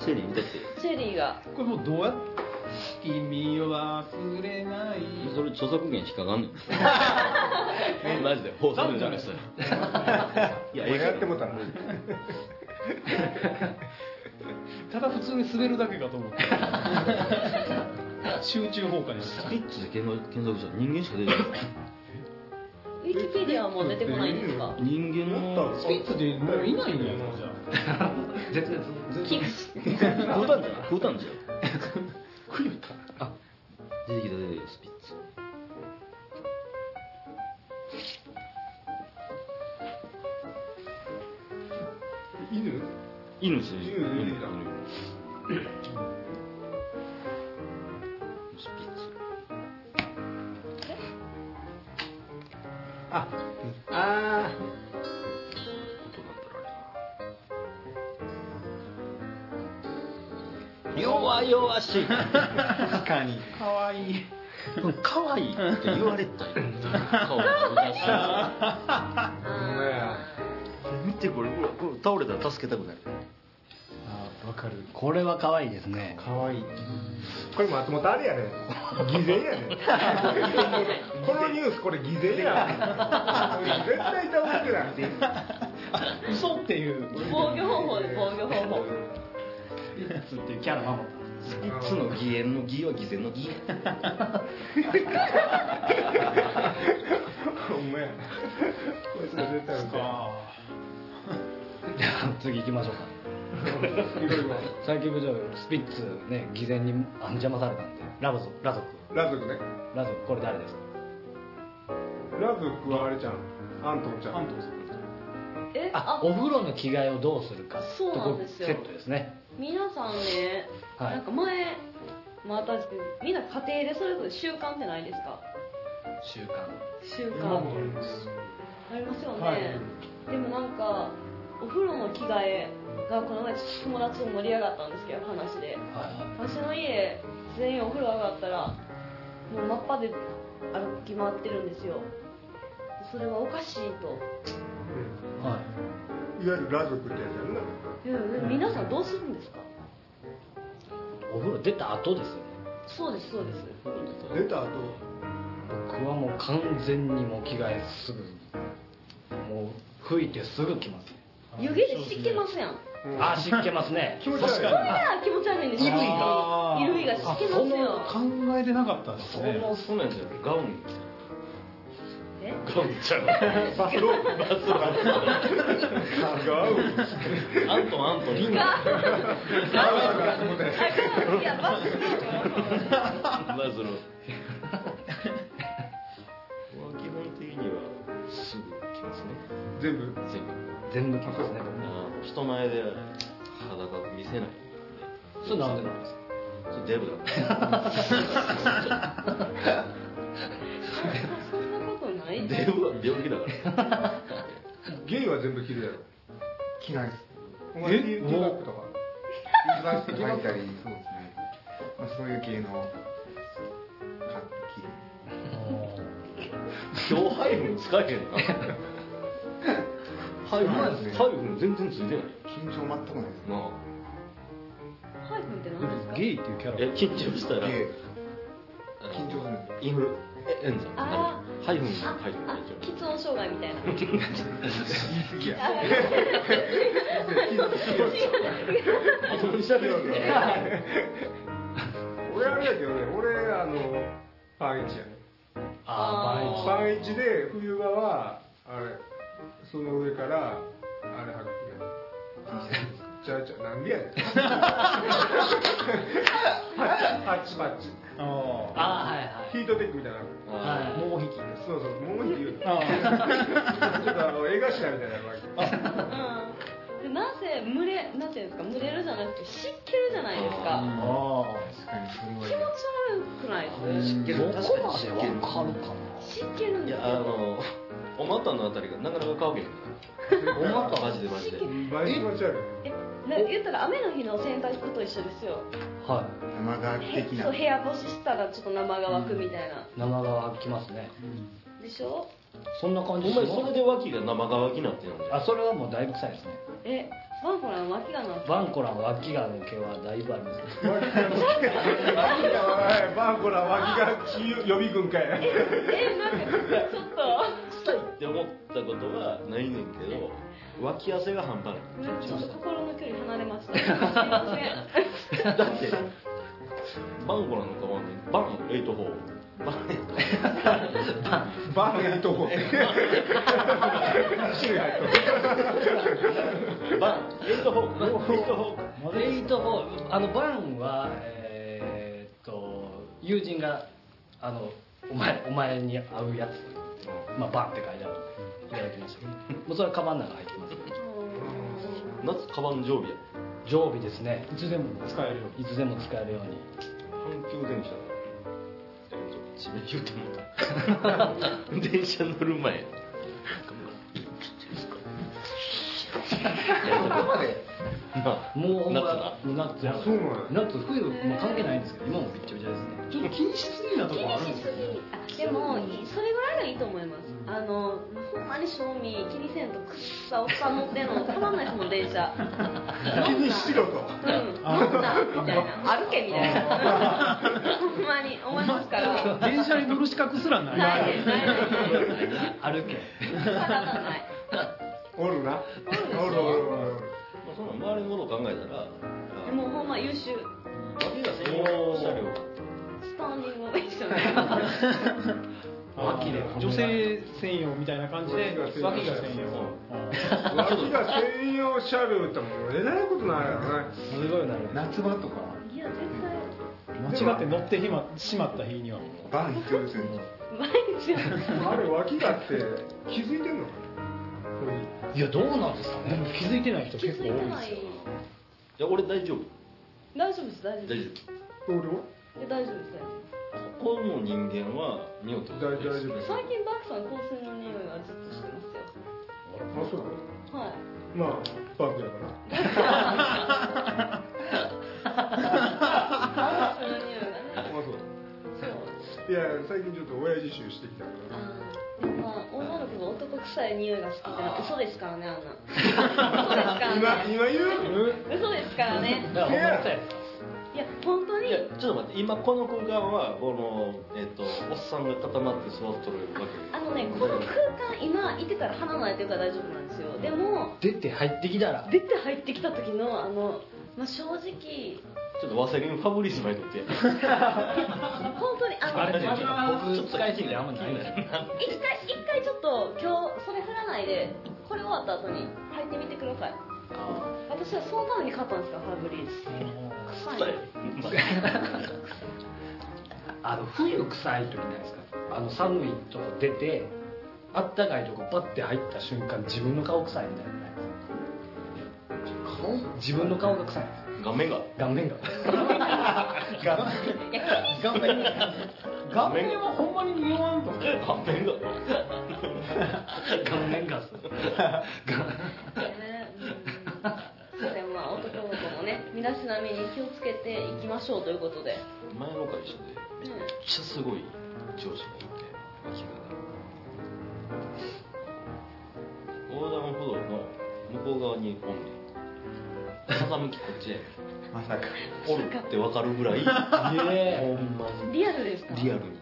[SPEAKER 4] チェリー歌って。
[SPEAKER 1] チェリーが
[SPEAKER 5] これもうどうやって君を忘れない
[SPEAKER 4] それ著作権引っかかんねん。マジで、放送じゃないですよ。い
[SPEAKER 2] いや
[SPEAKER 4] ええけど
[SPEAKER 2] やってもうたら
[SPEAKER 5] ただ普通に滑るだけかと思って集中崩壊し
[SPEAKER 4] ス
[SPEAKER 5] た
[SPEAKER 4] ピッツで検索検索したら人間しか出てこない
[SPEAKER 1] ウィキペディアはもう出てこないんですか
[SPEAKER 4] 人間の
[SPEAKER 5] スピッツでもういないんやじゃあ
[SPEAKER 3] 絶対そ
[SPEAKER 1] キムス
[SPEAKER 4] 五段じゃん五段じゃんあ出てきた出てきたスピッツ
[SPEAKER 2] 犬
[SPEAKER 4] 犬ですね
[SPEAKER 2] 犬犬
[SPEAKER 4] 犬
[SPEAKER 2] いた
[SPEAKER 4] スピッツ
[SPEAKER 2] ああ
[SPEAKER 4] 音だったらあれかな
[SPEAKER 3] 弱々しい確かに
[SPEAKER 5] 可愛いい
[SPEAKER 4] 可愛いって言われたよ顔が
[SPEAKER 1] あ
[SPEAKER 4] 見てこれこれこれ倒れたら助けたくなる
[SPEAKER 3] あーわかるこれは可愛いですね
[SPEAKER 2] かわいいこれ松本あれやね偽善やねこのニュースこれ偽善や絶対倒れてない
[SPEAKER 5] 嘘っていう
[SPEAKER 1] ー防御方法で防御方法
[SPEAKER 3] つっていうキャラ守っ
[SPEAKER 4] スピッツの偽縁の偽は偽善の偽
[SPEAKER 2] ほんまやこいつが絶対撃て
[SPEAKER 5] あ
[SPEAKER 3] た
[SPEAKER 2] る
[SPEAKER 3] じゃあ 次行きましょうか最近もじゃあスピッツね偽善にあの邪魔されたんでラブゾラ族
[SPEAKER 2] ラズクね
[SPEAKER 3] ラ族これ誰ですか
[SPEAKER 2] ラズクはあれちゃんアントンちゃ
[SPEAKER 5] ー
[SPEAKER 2] ん
[SPEAKER 5] 安藤さん
[SPEAKER 1] え
[SPEAKER 3] あ
[SPEAKER 1] あ
[SPEAKER 3] お風呂の着替えをどうするか
[SPEAKER 1] そうなんですよ
[SPEAKER 3] とこセットですね
[SPEAKER 1] 皆さんね、
[SPEAKER 3] はい
[SPEAKER 1] なんか前またみんな家庭でそれぞれ習慣ってないですか
[SPEAKER 3] 習慣
[SPEAKER 1] 習慣
[SPEAKER 5] 今もあります
[SPEAKER 1] ありますよね、
[SPEAKER 5] はい
[SPEAKER 1] でもなんかお風呂の着替えがこの前ちょっと友達と盛り上がったんですけど話で
[SPEAKER 3] は
[SPEAKER 1] 私の家全員お風呂上がったらもう真っ裸で歩き回ってるんですよそれはおかしいと
[SPEAKER 3] いはい
[SPEAKER 2] いわゆるラズクってやつやんな
[SPEAKER 1] ええ皆さんどうするんですか
[SPEAKER 3] お風呂出た後ですよね
[SPEAKER 1] そうですそうです
[SPEAKER 2] 出た後
[SPEAKER 3] 僕はもう完全にもう着替えすぐにもう吹いてすぐ着ますね
[SPEAKER 1] 湯気で湿気ますやん
[SPEAKER 2] うん
[SPEAKER 3] あ湿気ますね
[SPEAKER 2] 気持ち悪い
[SPEAKER 1] これが気持ち悪いんですよ
[SPEAKER 5] あー
[SPEAKER 1] 衣類が湿気ますよ
[SPEAKER 5] あそんな考えてなかったです
[SPEAKER 4] そ
[SPEAKER 5] ね
[SPEAKER 4] のそうなんですよガウン
[SPEAKER 1] え
[SPEAKER 4] ガウンちゃうバスローバスロ
[SPEAKER 2] ガウン
[SPEAKER 4] ーアントンアントン
[SPEAKER 1] いやバス
[SPEAKER 4] まあその基本的にはすぐ来ますね
[SPEAKER 2] 全部
[SPEAKER 4] 全部
[SPEAKER 3] 全部着ますね
[SPEAKER 4] あの人前で裸見せない
[SPEAKER 3] それなんでなんですか
[SPEAKER 4] そ れデブだ
[SPEAKER 1] そんなことない
[SPEAKER 4] デブは病気だから
[SPEAKER 2] ゲイは全部着るやろ
[SPEAKER 6] 着ないです
[SPEAKER 2] お前ティーティーバッグとか
[SPEAKER 6] バッグ履いたりそうですね、まあ、そういう系の買って着る
[SPEAKER 4] 今日ハイフン使えへんなハイフンハイフン全然ついてない
[SPEAKER 6] 緊張全くないですね
[SPEAKER 4] なあ
[SPEAKER 1] ハイフンって何ですか
[SPEAKER 5] ゲイっていうキャラ
[SPEAKER 4] え緊張したら
[SPEAKER 6] で
[SPEAKER 4] あの
[SPEAKER 6] 緊張するんです
[SPEAKER 4] インフルエンザ
[SPEAKER 1] あ
[SPEAKER 4] ハイフンハイフン
[SPEAKER 1] あ
[SPEAKER 4] 緊張
[SPEAKER 1] 喫音障害みたいな
[SPEAKER 6] 言い過ぎや
[SPEAKER 2] 俺あれやけどね俺あのパンイチやね
[SPEAKER 1] あ
[SPEAKER 2] パンイチで冬場はあれその上からあれ履くねちゃうちゃうなんでやねんハッチパッチ
[SPEAKER 5] あ
[SPEAKER 3] あーはいはい
[SPEAKER 2] ヒートテックみたいな
[SPEAKER 4] あ
[SPEAKER 5] あもう引き
[SPEAKER 2] そうそうもう一言う
[SPEAKER 5] ああ
[SPEAKER 2] ちょっとあの映画師みたいなのがある
[SPEAKER 1] うんでなぜ蒸れなんていうんですか蒸れるじゃなくて湿気るじゃないですか
[SPEAKER 5] あ
[SPEAKER 6] 確かにそれ
[SPEAKER 1] 気
[SPEAKER 6] は
[SPEAKER 1] 持
[SPEAKER 6] 言
[SPEAKER 1] ち
[SPEAKER 6] えない
[SPEAKER 1] 悪くないです
[SPEAKER 4] ー
[SPEAKER 1] か
[SPEAKER 4] いや
[SPEAKER 3] どこま
[SPEAKER 4] 確
[SPEAKER 3] で
[SPEAKER 4] に
[SPEAKER 3] わかるか
[SPEAKER 1] 湿気るん
[SPEAKER 4] い
[SPEAKER 1] で
[SPEAKER 4] や
[SPEAKER 1] す
[SPEAKER 4] あ
[SPEAKER 1] よ
[SPEAKER 4] のお股のあたりがなかなか乾けへんお股マジでマジで
[SPEAKER 2] 倍気持ち悪い
[SPEAKER 1] えな言ったら雨の日の洗濯と一緒ですよ
[SPEAKER 3] なはい
[SPEAKER 6] 生乾き的な
[SPEAKER 1] そう部屋干ししたらちょっと生が湧くみたいな、
[SPEAKER 3] 生川来ますね
[SPEAKER 1] でしょ
[SPEAKER 3] そんな
[SPEAKER 4] お
[SPEAKER 3] 感じ
[SPEAKER 4] 前
[SPEAKER 3] します
[SPEAKER 4] それで脇が生乾きなってなんだよ
[SPEAKER 3] あそれはもうだいぶ臭いですね
[SPEAKER 1] えバンコラの脇がな
[SPEAKER 3] バンコラの脇がの毛はだいぶあります
[SPEAKER 2] 脇が脇がおいバンコラ脇が予備軍 かい
[SPEAKER 1] えなんかちょっと
[SPEAKER 4] 臭いって思ったことはないねんけど脇汗が半端ない
[SPEAKER 1] ちょっと心のの距離離れました。すい ません。
[SPEAKER 4] だってバンゴなのかわかんないバンエイトフォーバンエイトフォー
[SPEAKER 2] バーゲンとこ。種類入っとる
[SPEAKER 4] バンエイトフォーエイトフォー
[SPEAKER 3] モデイト4あのバンはえーっと友人があのお前お前に合うやつ、まあバンって書いてあるんでいただきましたけど、もうそれはカバンの中入ってます。
[SPEAKER 4] 夏カバン常備や
[SPEAKER 3] 常備ですね。
[SPEAKER 5] いつでも使えるよ
[SPEAKER 3] いつでも使えるように。
[SPEAKER 4] 阪急電車えっと地名言うても うた電車乗る前な
[SPEAKER 3] もうほんま
[SPEAKER 4] 夏
[SPEAKER 3] 夏やばい
[SPEAKER 2] そうなんや
[SPEAKER 3] 夏冬も関係ないんですけど今もびっちゃびちゃですね。
[SPEAKER 5] ちょっと気にしすぎなと
[SPEAKER 1] 気
[SPEAKER 5] こあ
[SPEAKER 1] に
[SPEAKER 5] る
[SPEAKER 1] しすぎあでもそれぐらいがいいと思いますあのほんまに賞味気にせんとくっさおっさん乗ってんのたまんないですもん電車
[SPEAKER 2] 気にしろと。
[SPEAKER 1] うん乗ったみたいな歩けみたい なほんまに思いますから
[SPEAKER 5] 電車に乗る資格すら ない
[SPEAKER 1] ないですないですないです
[SPEAKER 3] 歩け。
[SPEAKER 1] 体がない
[SPEAKER 2] おるな。おるおるおる。
[SPEAKER 4] まあそんなん周りのことを考えたら
[SPEAKER 1] でもうほんま優秀
[SPEAKER 4] 脇が専用車両
[SPEAKER 1] スタンディングオベーション
[SPEAKER 3] 脇で
[SPEAKER 5] 女性専用みたいな感じで
[SPEAKER 2] 脇が
[SPEAKER 5] 脇
[SPEAKER 2] 専用
[SPEAKER 5] が専用
[SPEAKER 2] 脇が専用車両ってもうえらいことないよね。
[SPEAKER 3] すごいなる。
[SPEAKER 6] 夏場とか
[SPEAKER 1] いや絶対
[SPEAKER 5] 間違って乗ってしまった日には
[SPEAKER 6] バン必要ですよね
[SPEAKER 1] 毎日やる
[SPEAKER 2] あれ脇がって気づいてんのかな。それに
[SPEAKER 3] いやどうなんですか
[SPEAKER 5] でも
[SPEAKER 3] ね。
[SPEAKER 5] 気づいてない人
[SPEAKER 1] 気
[SPEAKER 5] 結構多
[SPEAKER 1] づいて
[SPEAKER 5] いで
[SPEAKER 1] な
[SPEAKER 5] す
[SPEAKER 1] い
[SPEAKER 5] よ
[SPEAKER 4] いや俺大丈夫
[SPEAKER 1] 大丈夫です大丈夫
[SPEAKER 4] 大
[SPEAKER 1] です
[SPEAKER 4] 丈
[SPEAKER 2] 俺
[SPEAKER 1] いや大丈夫です大丈夫です
[SPEAKER 4] 夫ここの人間は見ようと
[SPEAKER 2] 大大丈夫。
[SPEAKER 1] 最近バックさん香水の匂いはずっとしてます
[SPEAKER 2] あそうか。
[SPEAKER 1] よはい
[SPEAKER 2] まあバッグやから。
[SPEAKER 1] 香水の匂いがね
[SPEAKER 2] あそう。いや最近ちょっと親父臭してきたか
[SPEAKER 1] あ
[SPEAKER 2] ら。
[SPEAKER 1] ーでもまあ女の子が男臭い匂いが好きってのは嘘ですからねあんな
[SPEAKER 2] 今今言う？
[SPEAKER 1] 嘘ですからね
[SPEAKER 3] だからほんま臭いですか。
[SPEAKER 1] 嘘ですからねいや本当
[SPEAKER 4] いや
[SPEAKER 1] に
[SPEAKER 4] ちょっと待って今この空間はこのえっとおっさんが固まって座っとるわけ
[SPEAKER 1] あのねこの空間今いてたら離ないてるから大丈夫なんですよでも
[SPEAKER 3] 出て入ってきたら。
[SPEAKER 1] 出て入ってきた時のあの、まあ、正直
[SPEAKER 4] ちょっとワセリンファブリーズまで乗って
[SPEAKER 1] 本当にあの
[SPEAKER 3] あれね
[SPEAKER 1] あの
[SPEAKER 3] 僕使いすぎてあんまないんだよ。
[SPEAKER 1] 一回一回ちょっと今日それ振らないでこれ終わった後に入ってみてください
[SPEAKER 3] あ
[SPEAKER 1] 私はそのために買ったんですからハーブリーズ
[SPEAKER 4] 臭
[SPEAKER 1] 臭い
[SPEAKER 4] い
[SPEAKER 3] あの冬臭い時ないですかあの寒いとこ出てあったかいとこパッて入った瞬間自分の顔臭いみたいな顔自分の顔が臭い
[SPEAKER 4] 画面が
[SPEAKER 3] 顔面が
[SPEAKER 1] いや気に
[SPEAKER 5] 顔面顔面はほんまに匂わんと
[SPEAKER 4] 画面が
[SPEAKER 3] 顔面が
[SPEAKER 1] してね、うん、それまあ男の子もね身だしなみに気をつけていきましょうということで、
[SPEAKER 4] 前の会社でめっちゃすごい上司がいて秋葉原横断歩道の向こう側におんねん風向きこっちやね
[SPEAKER 6] まさか
[SPEAKER 4] んおるってわかるぐ らい
[SPEAKER 3] いえ
[SPEAKER 4] ほんまに
[SPEAKER 1] リアルですか
[SPEAKER 4] リアルに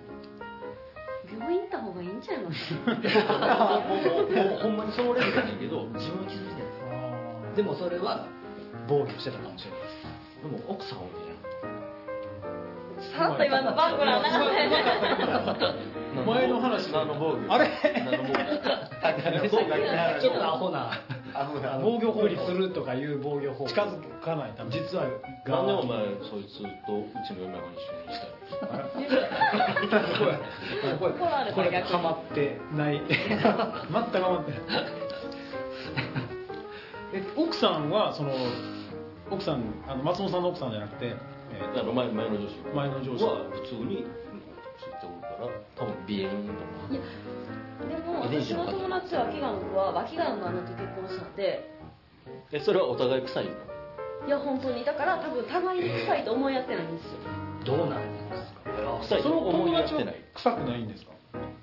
[SPEAKER 1] 病院行った方がいいんちゃいます
[SPEAKER 4] ほんまにそのレベルやねんけど自分は気づいてない
[SPEAKER 3] でもそれは防御してたかもしれないです
[SPEAKER 4] でも奥さんおんねや
[SPEAKER 1] さらっと今のバングラーなかったよね
[SPEAKER 5] 前の話
[SPEAKER 4] 何の防御
[SPEAKER 5] あれ
[SPEAKER 4] 何 の防御
[SPEAKER 3] ちょっとアホな
[SPEAKER 6] アホな
[SPEAKER 3] 防御法にするとかいう防御法
[SPEAKER 5] 近づかないため
[SPEAKER 3] 実は
[SPEAKER 4] なんでお前そいつとうちの嫁が一緒にしたの
[SPEAKER 3] これ
[SPEAKER 1] 怒られた
[SPEAKER 3] これ
[SPEAKER 1] 逆に
[SPEAKER 3] ハマって
[SPEAKER 5] ない全く余ってない え奥さんはその奥さんあの松本さんの奥さんじゃなくて、えー
[SPEAKER 4] だから前前の上司
[SPEAKER 5] 前の上司
[SPEAKER 4] は普通に知っておるから多分鼻炎とか
[SPEAKER 1] でも私の友達は秋川の子は秋川のあのと結婚したんで
[SPEAKER 4] えそれはお互い臭いの
[SPEAKER 1] いや本当にだから多分互いに臭いと思い合ってないんですよ
[SPEAKER 3] どうなるんですか
[SPEAKER 4] 臭い
[SPEAKER 5] その
[SPEAKER 4] 思い
[SPEAKER 5] 友
[SPEAKER 4] やっ
[SPEAKER 5] 達は
[SPEAKER 4] てない
[SPEAKER 5] 臭くないんですか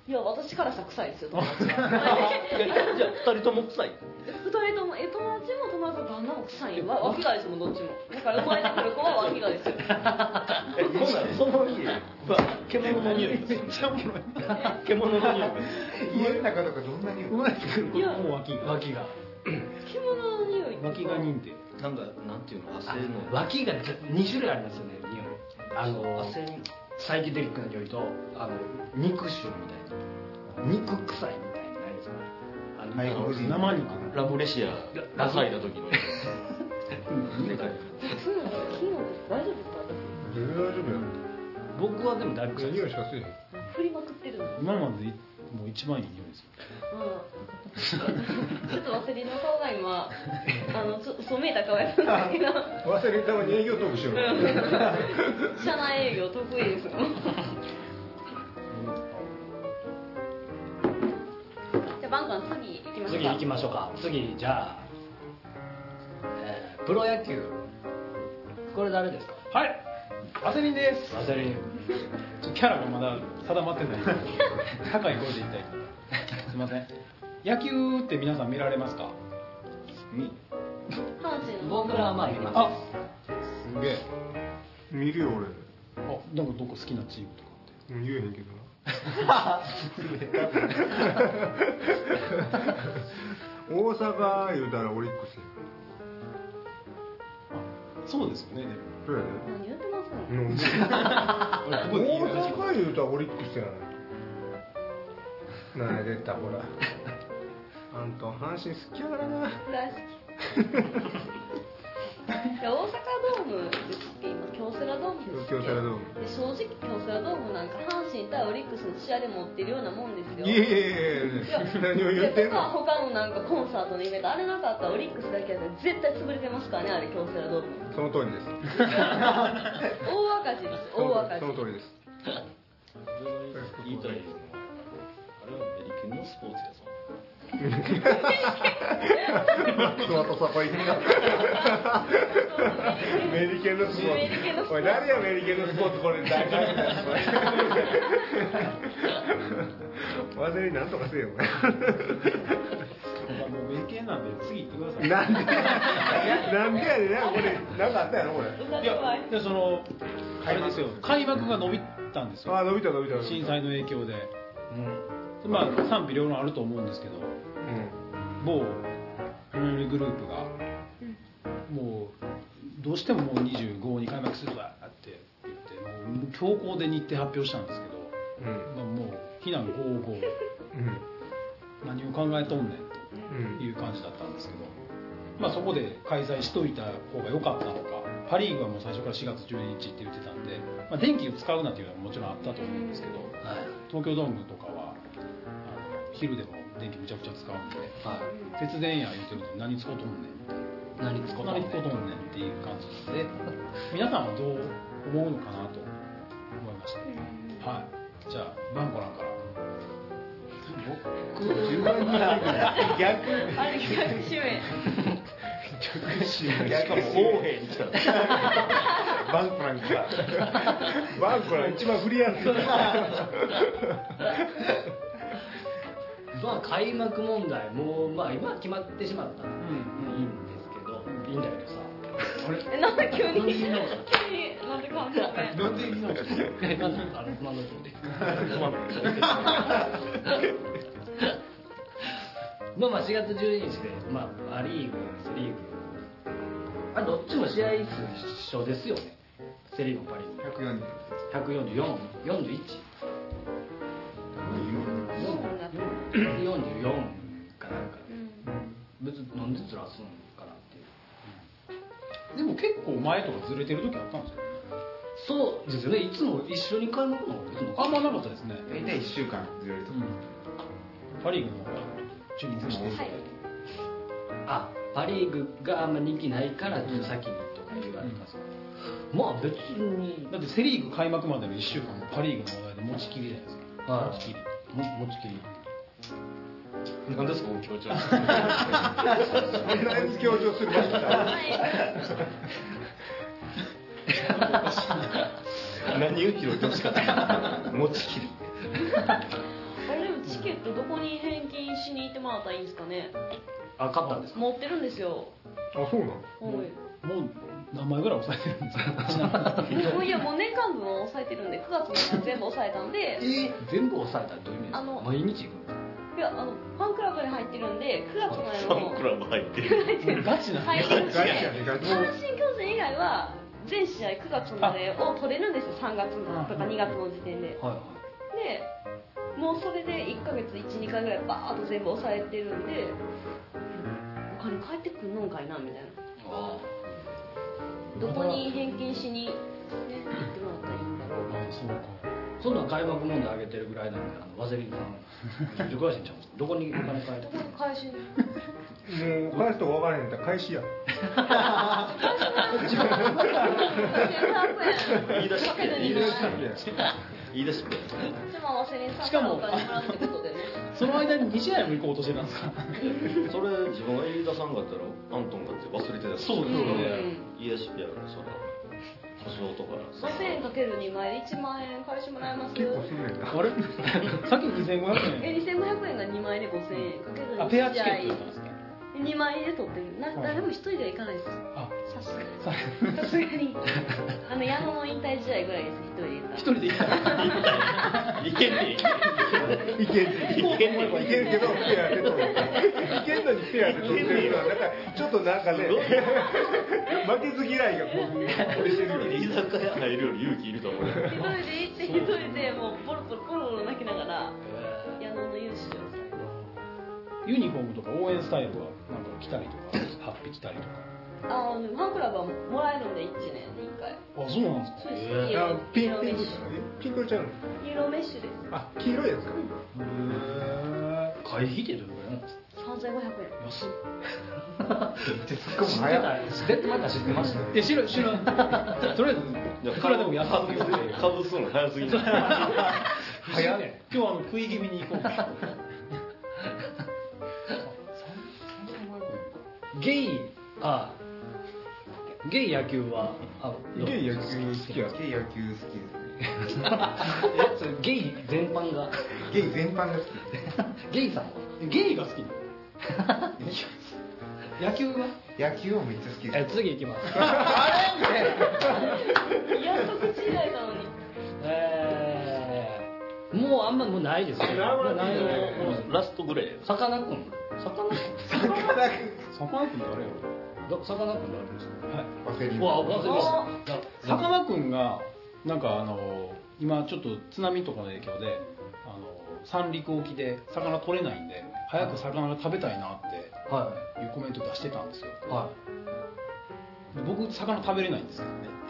[SPEAKER 1] いや私からしたら臭いですよ友達
[SPEAKER 4] えじゃあ二人とも臭い
[SPEAKER 1] 二人ともえ友達も友達も旦那も臭いよわ脇がですもんどっちもだから生まれてくる子は脇がですよ
[SPEAKER 4] えそんなのその家は獣の匂いがする
[SPEAKER 5] ゃおもろい
[SPEAKER 4] 獣の匂いが
[SPEAKER 6] 家の中とかどんなに
[SPEAKER 5] 生まれてくる子
[SPEAKER 1] いや
[SPEAKER 5] もう脇が
[SPEAKER 3] 脇が
[SPEAKER 1] 獣の匂い
[SPEAKER 5] 脇が認定
[SPEAKER 4] なんかなんていうの
[SPEAKER 3] あ
[SPEAKER 4] 汗の
[SPEAKER 3] 脇が2種類ありますよね匂いあの
[SPEAKER 4] 汗に
[SPEAKER 3] サイケデリックな匂いとあの肉臭みたいな肉臭いみたいなのないですかあの、
[SPEAKER 6] はい
[SPEAKER 3] あの
[SPEAKER 6] 僕
[SPEAKER 5] 生肉
[SPEAKER 4] ラムレシア
[SPEAKER 3] ラ
[SPEAKER 4] ラ
[SPEAKER 3] ズ
[SPEAKER 4] サイた時の
[SPEAKER 1] 普通の金曜です大丈夫ですか
[SPEAKER 4] 世界
[SPEAKER 2] 全然大丈夫やん
[SPEAKER 3] 僕はでもだいぶ臭い
[SPEAKER 2] 匂いしかせえへん
[SPEAKER 1] 私振りまくってるの
[SPEAKER 5] 今までいもう一番いい匂いですよ
[SPEAKER 1] うんちょっとワセリンの顔が今あのちょっとそう見えた顔やったんだけど
[SPEAKER 2] 忘れたまに営業トークしよう
[SPEAKER 1] 社内営業得意ですもんじゃあバンバン次行きましょう
[SPEAKER 3] 次
[SPEAKER 1] か
[SPEAKER 3] 行きましょうか次じゃあ、えープロ野球これ誰ですか
[SPEAKER 5] はいアセリンです
[SPEAKER 3] ワセリン
[SPEAKER 5] ちょっとキャラがまだ定まってない高い声で言いたいからすいません野球って皆さん見られますか
[SPEAKER 4] に
[SPEAKER 1] 阪神の
[SPEAKER 3] 僕らはまあ見ます
[SPEAKER 5] あ
[SPEAKER 6] すげえ
[SPEAKER 2] 見るよ俺
[SPEAKER 5] あなんかどこ好きなチームとかって
[SPEAKER 2] うん言えへんけど な大阪言うたらオリックスや
[SPEAKER 5] そうですよねでも
[SPEAKER 2] そうやで
[SPEAKER 1] 何言ってますの
[SPEAKER 2] うん大阪言うたらオリックスやないなあ出たほらあんた阪神好きやからな
[SPEAKER 1] 大好き いや大阪ドームって今京セラドームです
[SPEAKER 2] 京セラドーム
[SPEAKER 1] で正直京セラドームなんか阪神対オリックスの試合で持ってるようなもんですよ
[SPEAKER 2] いやいやいやいや何を言ってん
[SPEAKER 1] 他
[SPEAKER 2] の
[SPEAKER 1] 他のなんかコンサートのイベントあれなかったらオリックスだけやったら絶対潰れてますからねあれ京セラドーム
[SPEAKER 2] その通りです
[SPEAKER 1] 大赤字です大赤
[SPEAKER 2] そ
[SPEAKER 1] 字
[SPEAKER 2] の通りです
[SPEAKER 4] 言いたいですねあれはメリケンのスポーツやぞ
[SPEAKER 6] 人とそこ行った
[SPEAKER 2] メリケンのスポ
[SPEAKER 1] メリケンの
[SPEAKER 2] ー
[SPEAKER 1] スポー
[SPEAKER 2] ツ
[SPEAKER 1] ツ
[SPEAKER 2] おい誰やメリケンのスポーツこれ大会みたいなこれ忘れになんとかせえよお前
[SPEAKER 5] まあもう名犬なんで次行ってください
[SPEAKER 2] なんでなんでやねんなこれなんかあったやろこれ
[SPEAKER 1] 歌
[SPEAKER 5] い
[SPEAKER 1] で怖い
[SPEAKER 5] やでそのあれですよ開幕が伸びたんですよ
[SPEAKER 2] あ伸びた伸びた伸びた
[SPEAKER 5] 震災の影響で
[SPEAKER 2] うん
[SPEAKER 5] まあ賛否両論あると思うんですけど某読売グループがもうどうしてももう25に開幕するわって言ってもう強行で日程発表したんですけど、
[SPEAKER 2] うんうん
[SPEAKER 5] まあ、もう非難合々
[SPEAKER 2] うん
[SPEAKER 5] 何を考えとんねん
[SPEAKER 2] うん
[SPEAKER 5] という感じだったんですけど、まあ、そこで開催しといた方が良かったのかパ・リーグはもう最初から4月12日って言ってたんで、まあ、電気を使うなっていうのはもちろんあったと思うんですけど
[SPEAKER 3] はい
[SPEAKER 5] 東京ドームとかはあの昼でも電気むちゃくちゃ使うんで
[SPEAKER 3] はい
[SPEAKER 5] 節電や言うてるのに何使うとんねんっていう
[SPEAKER 3] 何つ
[SPEAKER 5] そ
[SPEAKER 3] こ
[SPEAKER 5] ん
[SPEAKER 3] と
[SPEAKER 5] な
[SPEAKER 3] も
[SPEAKER 5] に
[SPEAKER 3] ね
[SPEAKER 5] ことんねんっていう感じで皆さんはどう思うのかなと思いました、はいじゃあバンコなんから
[SPEAKER 2] 僕10万人逆
[SPEAKER 1] あれ逆指名
[SPEAKER 2] 逆し
[SPEAKER 4] しかも王兵に来たの
[SPEAKER 2] バンコなんかバンコなんか一番振りやすい
[SPEAKER 3] まあ開幕問題もうまあ今は決まってしまったんでいいんですけどいいんだけどさ
[SPEAKER 1] えなんで急に
[SPEAKER 3] なんで急に
[SPEAKER 1] 急になんで感想ね
[SPEAKER 3] なんで今あのなんだと思ってまあまあ4月12日で、まあ、ア・リーグセ・リーグあれどっちも試合数一緒ですよねセ・リーグもパ・リーグも
[SPEAKER 6] 140
[SPEAKER 3] 14441
[SPEAKER 1] 4だった
[SPEAKER 3] 44かなんか
[SPEAKER 1] うん
[SPEAKER 3] 別になんでずらすのかなっていう
[SPEAKER 5] でも結構前とかずれてる時あったんですよ
[SPEAKER 3] そうですよねいつも一緒に開幕なのいつも
[SPEAKER 5] あんまなかったですね、
[SPEAKER 6] 大体1週間ずれると
[SPEAKER 5] パ・リーグの方が注目してる
[SPEAKER 1] はい
[SPEAKER 3] あパ・リーグがあんま人気ないから先にとか言われたんですか、まあ別に
[SPEAKER 5] だってセ・リーグ開幕までの1週間もパ・リーグの話題で持ちきりじゃないですか、
[SPEAKER 3] はい
[SPEAKER 5] 持ちきり
[SPEAKER 3] も持ちきり
[SPEAKER 4] なんですかこの気持ち悪い
[SPEAKER 2] そんなに強調する場所ちゃう
[SPEAKER 4] 何を拾ってほしかった持ちきり
[SPEAKER 1] あれでもチケットどこに返金しに行ってもらったらいいんですかね
[SPEAKER 3] あ勝ったんですか
[SPEAKER 1] 持ってるんですよ
[SPEAKER 2] あそうなの
[SPEAKER 1] はい
[SPEAKER 5] もう何枚ぐらい抑えてるんですかちな みに
[SPEAKER 1] もういやもう年間分は抑えてるんで9月まで全部抑えたんで
[SPEAKER 3] え全部抑えたらどういう意味です
[SPEAKER 1] あ
[SPEAKER 3] か
[SPEAKER 1] の
[SPEAKER 3] 毎日行くんですか
[SPEAKER 1] いやあのファンクラブに入ってるんで9月まで
[SPEAKER 4] ファンク
[SPEAKER 1] の
[SPEAKER 4] ラブ入ってる。
[SPEAKER 5] ガチな
[SPEAKER 1] 配信
[SPEAKER 2] ガチやねガチ
[SPEAKER 1] 阪神巨人以外は全試合9月までを取れるんですよ3月のとか2月の時点で
[SPEAKER 5] は
[SPEAKER 1] でもうそれで1ヶ月12回ぐらいバーッと全部抑えてるんでお金返ってくんのんかいなみたいなどこに返金しに、ね、行ってもらったらいいんだろう
[SPEAKER 3] あそうかそんなん開幕問題上げてるぐらいなんであのワゼリンさんめっちゃ詳しいんちゃうどこにお金返って
[SPEAKER 1] ど
[SPEAKER 3] く
[SPEAKER 1] こ
[SPEAKER 3] る
[SPEAKER 1] に返 しに
[SPEAKER 2] もう返すとこ分からへんやったら返しや
[SPEAKER 4] 言い出しっぺや。言い出しっぺや
[SPEAKER 2] し。
[SPEAKER 4] 言い出しっぺや。
[SPEAKER 5] しかも
[SPEAKER 1] も
[SPEAKER 5] いその間に2試合も行こうとしてたんですか
[SPEAKER 4] それ自分が言い出さんかったらアントンがって忘れてた
[SPEAKER 5] そうですよね
[SPEAKER 4] 言い出しっぺやからそれ多少とか
[SPEAKER 1] 5000円かける2枚で1万円返してもらえます
[SPEAKER 2] 結構すんねんな
[SPEAKER 5] あれ さっき2500
[SPEAKER 1] え
[SPEAKER 5] 円
[SPEAKER 1] 2500円が2枚で5000円かける
[SPEAKER 5] あ
[SPEAKER 1] 2
[SPEAKER 5] ペアチケットだったんですか
[SPEAKER 1] 2枚で取ってるな誰も一人では行かないです
[SPEAKER 5] あ
[SPEAKER 1] さすがにさすがにあの矢野の引退試合ぐらいです一人で行った
[SPEAKER 5] 一人で行った
[SPEAKER 4] いけんね
[SPEAKER 2] いけんねん
[SPEAKER 4] いけんね
[SPEAKER 2] いけるけどペアで取るいけんのにペアで取ってるのはなんかちょっとなんかね負けず嫌いがこう
[SPEAKER 4] 俺一人で居酒屋入るより勇気いると思う
[SPEAKER 1] 一人で行って一人でもうボロボロボロボロ泣きながら矢野の勇姿を
[SPEAKER 5] ユニフォームとか応援スタイルはなんか着たりとかハッピー着たりとか
[SPEAKER 1] あのファンクラブはもらえるんで1年に1回
[SPEAKER 5] あそうなんですか
[SPEAKER 1] そうですイエロ
[SPEAKER 2] あ
[SPEAKER 1] ーイ
[SPEAKER 2] ピ
[SPEAKER 1] エ
[SPEAKER 2] ン
[SPEAKER 1] ローメ
[SPEAKER 2] ピ
[SPEAKER 1] ッ
[SPEAKER 2] ンク
[SPEAKER 1] シ
[SPEAKER 2] ピンクちゃうの
[SPEAKER 1] ュイエローメッシュで
[SPEAKER 2] あ黄色いやつか
[SPEAKER 3] 会費ってどれぐらいなんですか
[SPEAKER 1] す3500円
[SPEAKER 3] 安っ
[SPEAKER 6] しかも早い
[SPEAKER 3] 知ってたまた知ってました
[SPEAKER 5] え知らん知らんとりあえ ずいくらでも安
[SPEAKER 4] か
[SPEAKER 5] くて
[SPEAKER 4] ぶすの早すぎる
[SPEAKER 5] 早い今日あの食い気味に行こう
[SPEAKER 3] ゲイあゲイ野球はあどう
[SPEAKER 2] ゲイ野球好きや
[SPEAKER 6] ゲイ野球好きですね
[SPEAKER 3] えそれゲイ全般が
[SPEAKER 6] ゲイ全般が好き
[SPEAKER 3] ゲイさんは
[SPEAKER 5] ゲイが好き
[SPEAKER 3] 野球は
[SPEAKER 6] 野球はめっちゃ好き
[SPEAKER 3] え
[SPEAKER 6] です
[SPEAKER 3] 次行 きます
[SPEAKER 1] やっと口以外なのに
[SPEAKER 3] えー、もうあんまもうないですね
[SPEAKER 2] なんもない
[SPEAKER 3] ないもう
[SPEAKER 4] ラストぐらい
[SPEAKER 3] さかなクンさか
[SPEAKER 6] 魚
[SPEAKER 5] さかなクン誰や
[SPEAKER 3] なクンさかなクンありますね
[SPEAKER 6] 忘れ
[SPEAKER 3] うわ忘れました
[SPEAKER 5] さかなクンがなんかあの今ちょっと津波とかの影響であの三陸沖で魚取れないんで早く魚が食べたいなっ
[SPEAKER 3] は
[SPEAKER 5] ていうコメント出してたんですよ
[SPEAKER 3] いは
[SPEAKER 5] で僕魚食べれないんですけどね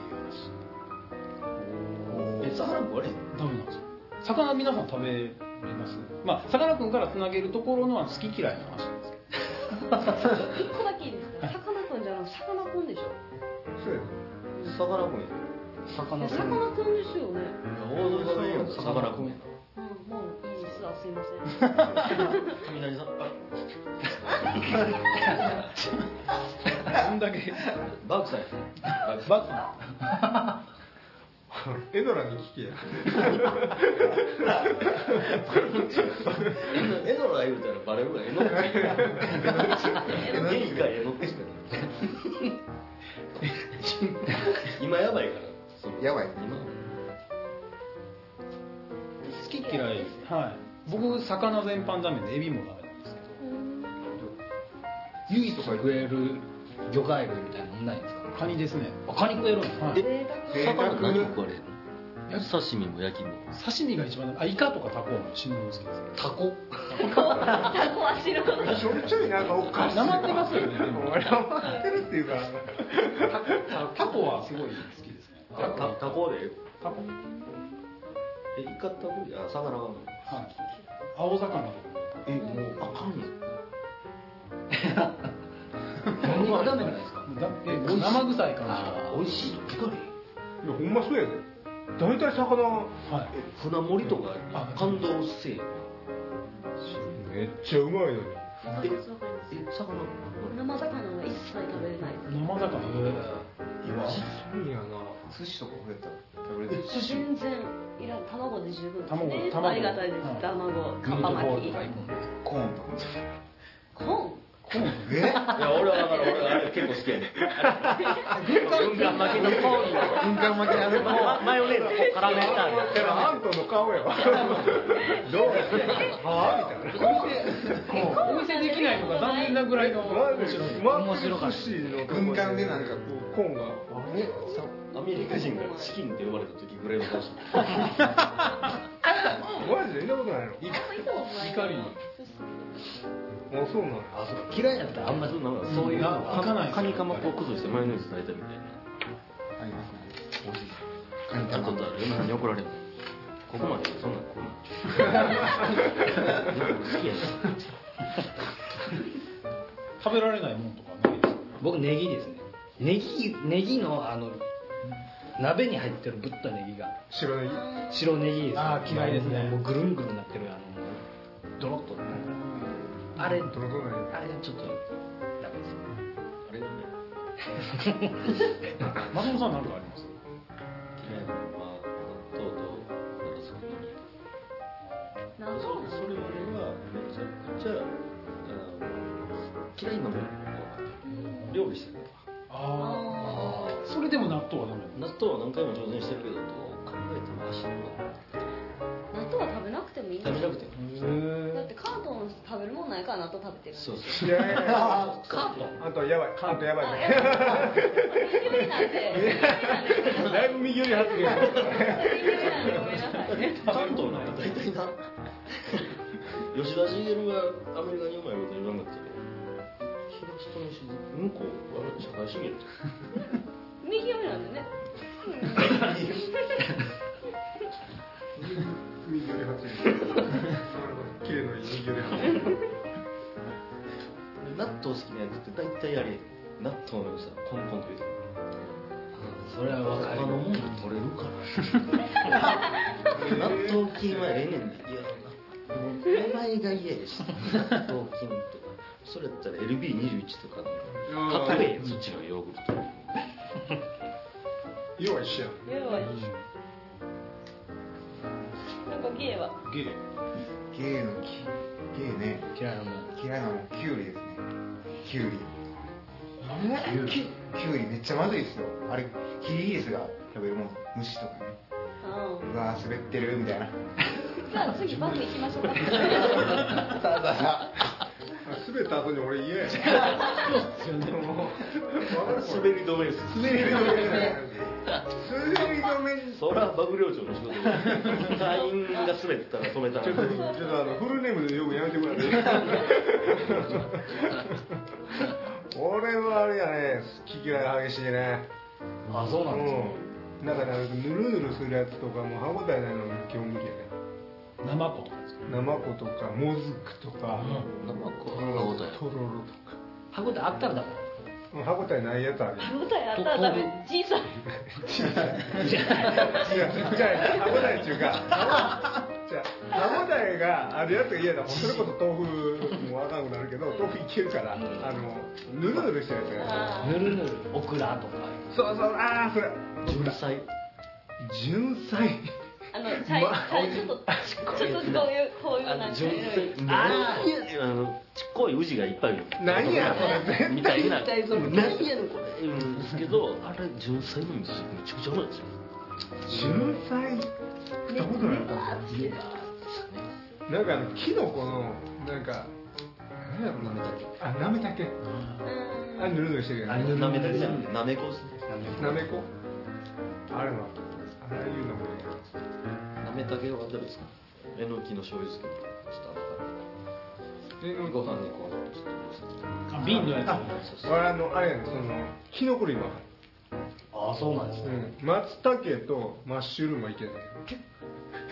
[SPEAKER 4] えサハランあれ
[SPEAKER 5] ダメなんですよ魚皆さん食べれますまあさかなクンからつなげるところのは好き嫌いの話なんですけど
[SPEAKER 1] 1個だけいいですか魚くんじゃなくて魚くんでしょ
[SPEAKER 2] そうや
[SPEAKER 4] サハラン
[SPEAKER 3] いさかなクン
[SPEAKER 1] 魚くんですよね
[SPEAKER 4] 王道がいいよサハランや
[SPEAKER 1] うんもういいですわすいません
[SPEAKER 4] 雷さん
[SPEAKER 5] どん だけ
[SPEAKER 4] バークさんや
[SPEAKER 5] バカ
[SPEAKER 2] エドラに聞けや
[SPEAKER 4] エノラ言うたらバレるわエ ノラゲイかエノって今やばいから
[SPEAKER 6] やばい
[SPEAKER 5] 好き嫌いはい僕魚全般ダメでエビもダメなんですけど
[SPEAKER 3] 唯一食える魚介類みたいなのないんですか
[SPEAKER 5] カニですね
[SPEAKER 3] あカニ食えるんですか
[SPEAKER 5] はい
[SPEAKER 1] 贅沢
[SPEAKER 4] 今魚何食われるの刺身も焼きも
[SPEAKER 5] 刺身が一番ダメあイカとかタコは死ぬの好きです
[SPEAKER 4] タコ
[SPEAKER 1] タコは白い
[SPEAKER 2] しょっちゅうなんかおかしい
[SPEAKER 5] なまってますよねでも
[SPEAKER 2] 俺はまってるっていうか
[SPEAKER 5] タコはすごい好きですね
[SPEAKER 4] タタコで
[SPEAKER 5] タコ
[SPEAKER 4] えイカタコあ魚は
[SPEAKER 5] はい青魚とか
[SPEAKER 4] えもうあかんやん
[SPEAKER 3] 何がダメなんですか
[SPEAKER 5] だって生臭い感
[SPEAKER 4] あ美味しいとか
[SPEAKER 2] いやほんまそうやで大体魚
[SPEAKER 5] じがはい
[SPEAKER 4] 船盛りとか
[SPEAKER 5] あ
[SPEAKER 4] 感動せえ
[SPEAKER 2] めっちゃうまいのに
[SPEAKER 4] ええ魚
[SPEAKER 1] 生魚は一切食べれない
[SPEAKER 5] 生魚
[SPEAKER 2] 今そうやな
[SPEAKER 6] 寿司とか増えたら食べれる
[SPEAKER 1] 全然いらん卵で十分
[SPEAKER 5] 卵
[SPEAKER 1] ね
[SPEAKER 5] 卵
[SPEAKER 1] ありがたいです、
[SPEAKER 5] はい
[SPEAKER 1] 卵
[SPEAKER 5] ミ
[SPEAKER 1] か
[SPEAKER 5] ー
[SPEAKER 1] っぱ
[SPEAKER 5] トボー
[SPEAKER 1] 巻
[SPEAKER 5] ル
[SPEAKER 1] き
[SPEAKER 5] とかいくんで
[SPEAKER 6] コーンとか
[SPEAKER 1] コーン
[SPEAKER 6] え
[SPEAKER 4] いや俺はだから俺はあれ結構好きやねん軍艦巻きの方に
[SPEAKER 6] 軍艦巻きのあの
[SPEAKER 4] ママヨネーズを絡めたん
[SPEAKER 2] だからアントの顔やわどうやはあみたいな
[SPEAKER 5] お見せできないのが残念なぐらいの面白い
[SPEAKER 2] 面白かった
[SPEAKER 6] 軍艦でなんかこ
[SPEAKER 2] うコーンが
[SPEAKER 4] アメリカ人がチキンって呼ばれた時ぐらいの話
[SPEAKER 2] マジで見たことないの
[SPEAKER 5] 怒り
[SPEAKER 2] あそうなの
[SPEAKER 4] あそうか嫌いやったらあんまりなんかそういう
[SPEAKER 5] うん開かない
[SPEAKER 4] カニカマこう崩してマヨネーズ炊いたみたいな
[SPEAKER 6] ありますね
[SPEAKER 4] あんたのことある嫁さんに怒られるのここまでそんなんこんなん好きやし
[SPEAKER 5] 食べられないもんとかないです
[SPEAKER 3] 僕ネギですねネギネギのあの鍋に入ってるぶったネギが
[SPEAKER 2] 白ネギ
[SPEAKER 3] 白ネギです、
[SPEAKER 5] あー嫌いですね
[SPEAKER 3] もうぐるんぐるんなってるあのもうドロッとなんかあれ
[SPEAKER 2] どのない
[SPEAKER 3] あれがちょっとダメですよ
[SPEAKER 4] あれだね
[SPEAKER 5] 松本さん何かあります
[SPEAKER 4] 嫌いなのは納豆となんかそこ
[SPEAKER 1] な
[SPEAKER 4] に
[SPEAKER 1] んか
[SPEAKER 4] それ俺はめちゃくちゃあの嫌いなものが分かってる料理してる
[SPEAKER 5] あ
[SPEAKER 1] あ
[SPEAKER 5] あ
[SPEAKER 4] あ
[SPEAKER 5] それでも納豆はダメ
[SPEAKER 4] 納豆は何回も挑戦してるけどどう考えても走るの
[SPEAKER 1] ー納豆は食べなくてもいいんだ
[SPEAKER 4] 食べなくても
[SPEAKER 1] だってカートン食べるもんないから納豆食べてる
[SPEAKER 4] そうそう
[SPEAKER 2] いやいやいや
[SPEAKER 4] カートン
[SPEAKER 2] あんたやばいあんたやばい
[SPEAKER 1] あやっぱ右寄りなんで右寄りなんで右
[SPEAKER 2] だいぶ右寄り発言
[SPEAKER 1] 寄りなんでごめんなさいね
[SPEAKER 4] 関東なんか大体な 吉田茂がアメリカにうまいこと言わなかったけど広人にし向こうは社会主義やと
[SPEAKER 1] 右寄りなんでね
[SPEAKER 2] 右寄り発言綺麗のいい右寄り発言
[SPEAKER 4] 納豆好きなやつって大体あれ納豆の良さコンコンと言うて
[SPEAKER 3] それは分か
[SPEAKER 4] 他
[SPEAKER 3] る
[SPEAKER 4] のもんで取れるから納豆菌はええねんでいやなもう名前が嫌やし納豆菌とかそれやったら LB21 とかの買っとけそっちのヨーグルト
[SPEAKER 2] 色は一緒や
[SPEAKER 1] でもなんかゲイは
[SPEAKER 5] ゲイ
[SPEAKER 6] ゲイのきゲイね
[SPEAKER 3] 嫌いなもん
[SPEAKER 6] 嫌いなのもキュウリですねキュウリキュキュウリめっちゃまずいですよあれキリギリスが食べるもん虫とかね
[SPEAKER 1] う
[SPEAKER 6] うわー滑ってるみたいな
[SPEAKER 1] んじゃあ次バン行きましょうか
[SPEAKER 6] さあさあさ
[SPEAKER 2] 滑った後に俺嫌や
[SPEAKER 4] 滑り止めです
[SPEAKER 2] 滑り止め滑り止めに
[SPEAKER 4] そらバグ領長の仕事だ隊員が滑ったら止めたら
[SPEAKER 2] ちょっと、ちょっとあの、フルネームで呼ぶのやめてください。俺はあれやね、好き嫌い激しいね。
[SPEAKER 3] あそうなんですね
[SPEAKER 2] うん。なんかね、ぬるぬるするやつとかも歯応えないのが基本無理やね。
[SPEAKER 5] 生子とかです
[SPEAKER 2] 生子とか、もずくとか、
[SPEAKER 4] 生子
[SPEAKER 2] と
[SPEAKER 4] は歯
[SPEAKER 2] ろろ
[SPEAKER 4] 応え
[SPEAKER 2] とろろとか。
[SPEAKER 3] 歯応えあったらダメ
[SPEAKER 2] うん歯応えないやつあるよ。
[SPEAKER 1] 歯応えあったら多分小さい
[SPEAKER 2] 違う、違う、歯応えっていうか、歯応えじゃあ歯応えがあるやつが嫌だ。もうそれこそ豆腐もわかんくなるけど、豆腐いけるから、あの、ぬるぬるしたやつが嫌だ。
[SPEAKER 1] あ
[SPEAKER 3] ぬるぬるオクラとか
[SPEAKER 2] そうそう、ああ、それ。
[SPEAKER 4] 純菜
[SPEAKER 2] 純菜。
[SPEAKER 1] あの最最初ちょっとちょっとこういうこういうなんか
[SPEAKER 4] 純菜あ
[SPEAKER 3] あ
[SPEAKER 4] あのちっこいウジがいっぱいいる
[SPEAKER 2] 何や
[SPEAKER 4] みたいな
[SPEAKER 3] 絶対それ
[SPEAKER 4] 何やねんこれうんですけどあれ純菜の味噌めちゃくちゃうまいですよ
[SPEAKER 2] 純菜。食ったことないかな。なんかあの、キノコの、なんか。なんやろなめたけ。あ、なめたけ。あ、ぬるぬるしてるや
[SPEAKER 3] あれ
[SPEAKER 2] ん。
[SPEAKER 3] の
[SPEAKER 4] なめ
[SPEAKER 3] なめ
[SPEAKER 4] だ
[SPEAKER 3] だ
[SPEAKER 4] け
[SPEAKER 3] け
[SPEAKER 4] じ
[SPEAKER 3] じ
[SPEAKER 4] ゃ
[SPEAKER 3] ゃ
[SPEAKER 4] なんくてなめこっす
[SPEAKER 2] なめこ。あれは。あらゆるのもね。
[SPEAKER 4] なめたけはどうですかえのきの醤油漬けとかちょっ
[SPEAKER 2] え
[SPEAKER 4] とあのご飯にこうちょっと
[SPEAKER 5] か瓶のやつ
[SPEAKER 2] あ、俺あの、あれやね、その、キノコ類は。
[SPEAKER 3] あそうなんです
[SPEAKER 2] う
[SPEAKER 3] ね
[SPEAKER 2] ん、松茸とマッシュルームはいけない。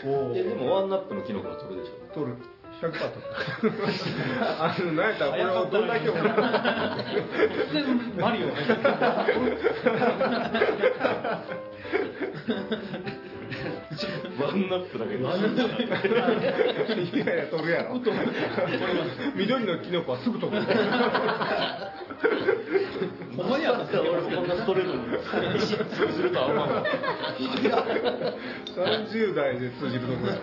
[SPEAKER 3] お
[SPEAKER 4] えでもワンナップのキノコは取るでしょ
[SPEAKER 2] 取る。100%取る。 あの、なんやったら、これをどんだけ俺。
[SPEAKER 5] マリオ
[SPEAKER 4] ワンナップだけで
[SPEAKER 2] いやいや、取るやろ。緑のキノコはすぐ取る。
[SPEAKER 5] ほんまにあった
[SPEAKER 4] 俺もこんな取れるのに失敗するとは思わない
[SPEAKER 2] 30代で通じるとこや。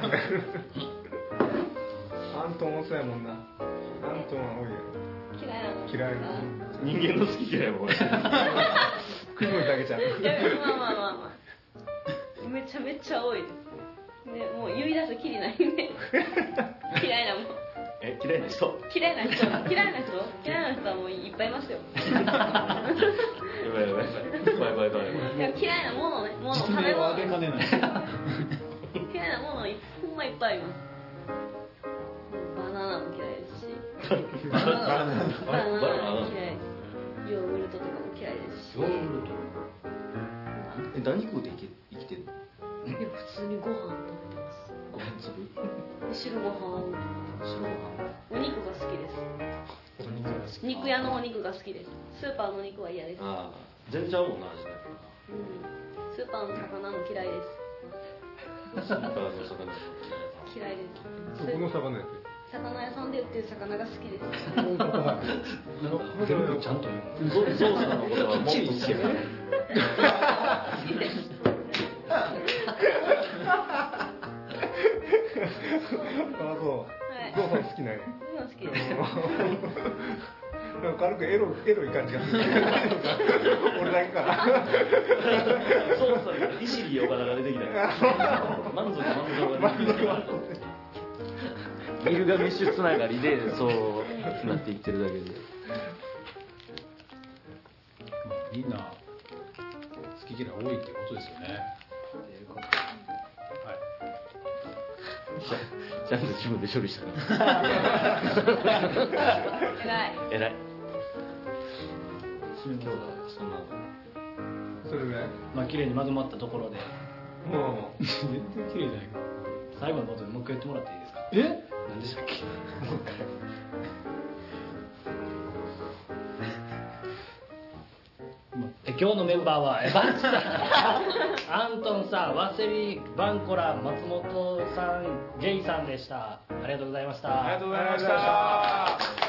[SPEAKER 2] アントン遅いもんな。アントンは多いやろ。
[SPEAKER 1] 嫌いなの
[SPEAKER 2] 嫌い
[SPEAKER 4] 人間の好き嫌いも 俺
[SPEAKER 2] 食い物だけじゃん
[SPEAKER 1] いやまあまあまあまあめちゃめちゃ多いですねもう言い出すきりないね嫌いなもん
[SPEAKER 4] え嫌いな人
[SPEAKER 1] 嫌いな人嫌いな人嫌いな人はもういっぱいいますよ
[SPEAKER 4] やばいやばいやばいバイバイバイバイ
[SPEAKER 1] でも嫌いなものねもの食
[SPEAKER 5] 実
[SPEAKER 1] べ
[SPEAKER 5] 名を
[SPEAKER 1] 物
[SPEAKER 5] 上げかねない
[SPEAKER 1] 嫌いなものいほんまいっぱいありますバナナも嫌いですし
[SPEAKER 4] バナナ
[SPEAKER 1] バナ
[SPEAKER 4] バナ
[SPEAKER 1] ナ
[SPEAKER 4] ナ
[SPEAKER 1] も嫌いですヨーグルトとかも嫌いですし
[SPEAKER 4] ヨーグルトえ何食うて生き生きてんの
[SPEAKER 1] いや普通にご飯食べてます
[SPEAKER 4] ご飯粒
[SPEAKER 1] で白ご飯
[SPEAKER 4] 白ご飯
[SPEAKER 1] お肉が好きです
[SPEAKER 4] お肉が好き
[SPEAKER 1] 肉屋のお肉が好きですスーパーの肉は嫌です、うん、
[SPEAKER 4] ああ全然合うもんな味だ
[SPEAKER 1] スーパーの魚も嫌いで
[SPEAKER 4] スーパーの 魚
[SPEAKER 1] す嫌いです
[SPEAKER 2] そこの魚やっ
[SPEAKER 1] 魚屋さんで売ってる魚が好き です
[SPEAKER 2] け大阪は
[SPEAKER 3] 全部ちゃんと言う
[SPEAKER 4] ソースのことはもっと好きやから
[SPEAKER 1] は
[SPEAKER 2] あそう
[SPEAKER 1] い
[SPEAKER 2] ご飯好きなんや
[SPEAKER 1] そういうの好き
[SPEAKER 2] でも
[SPEAKER 1] です
[SPEAKER 2] なんか軽くエロエロい感じが する俺だけかな
[SPEAKER 4] そうそう、いしり岡田が出てきたよ。 満足、 満足が出てきた。ギルガメッシュつながりで、そうなっていってるだけで。
[SPEAKER 5] みんな好き嫌い多いってことですよねはい
[SPEAKER 4] ちゃんと自分で処理したから。
[SPEAKER 1] 偉い
[SPEAKER 4] 偉い。今日はそんな。
[SPEAKER 2] それぐらい
[SPEAKER 3] まあ綺麗にまとまったところで
[SPEAKER 2] もう
[SPEAKER 5] 全然綺麗じゃないか
[SPEAKER 3] 最後のことでもう一回言ってもらっていいですか
[SPEAKER 5] え
[SPEAKER 3] 何でしたっ けえ今日のメンバーはえバンチさん アントンさんワセリバンコラ松本さんゲイさんでしたありがとうございました
[SPEAKER 2] ありがとうございました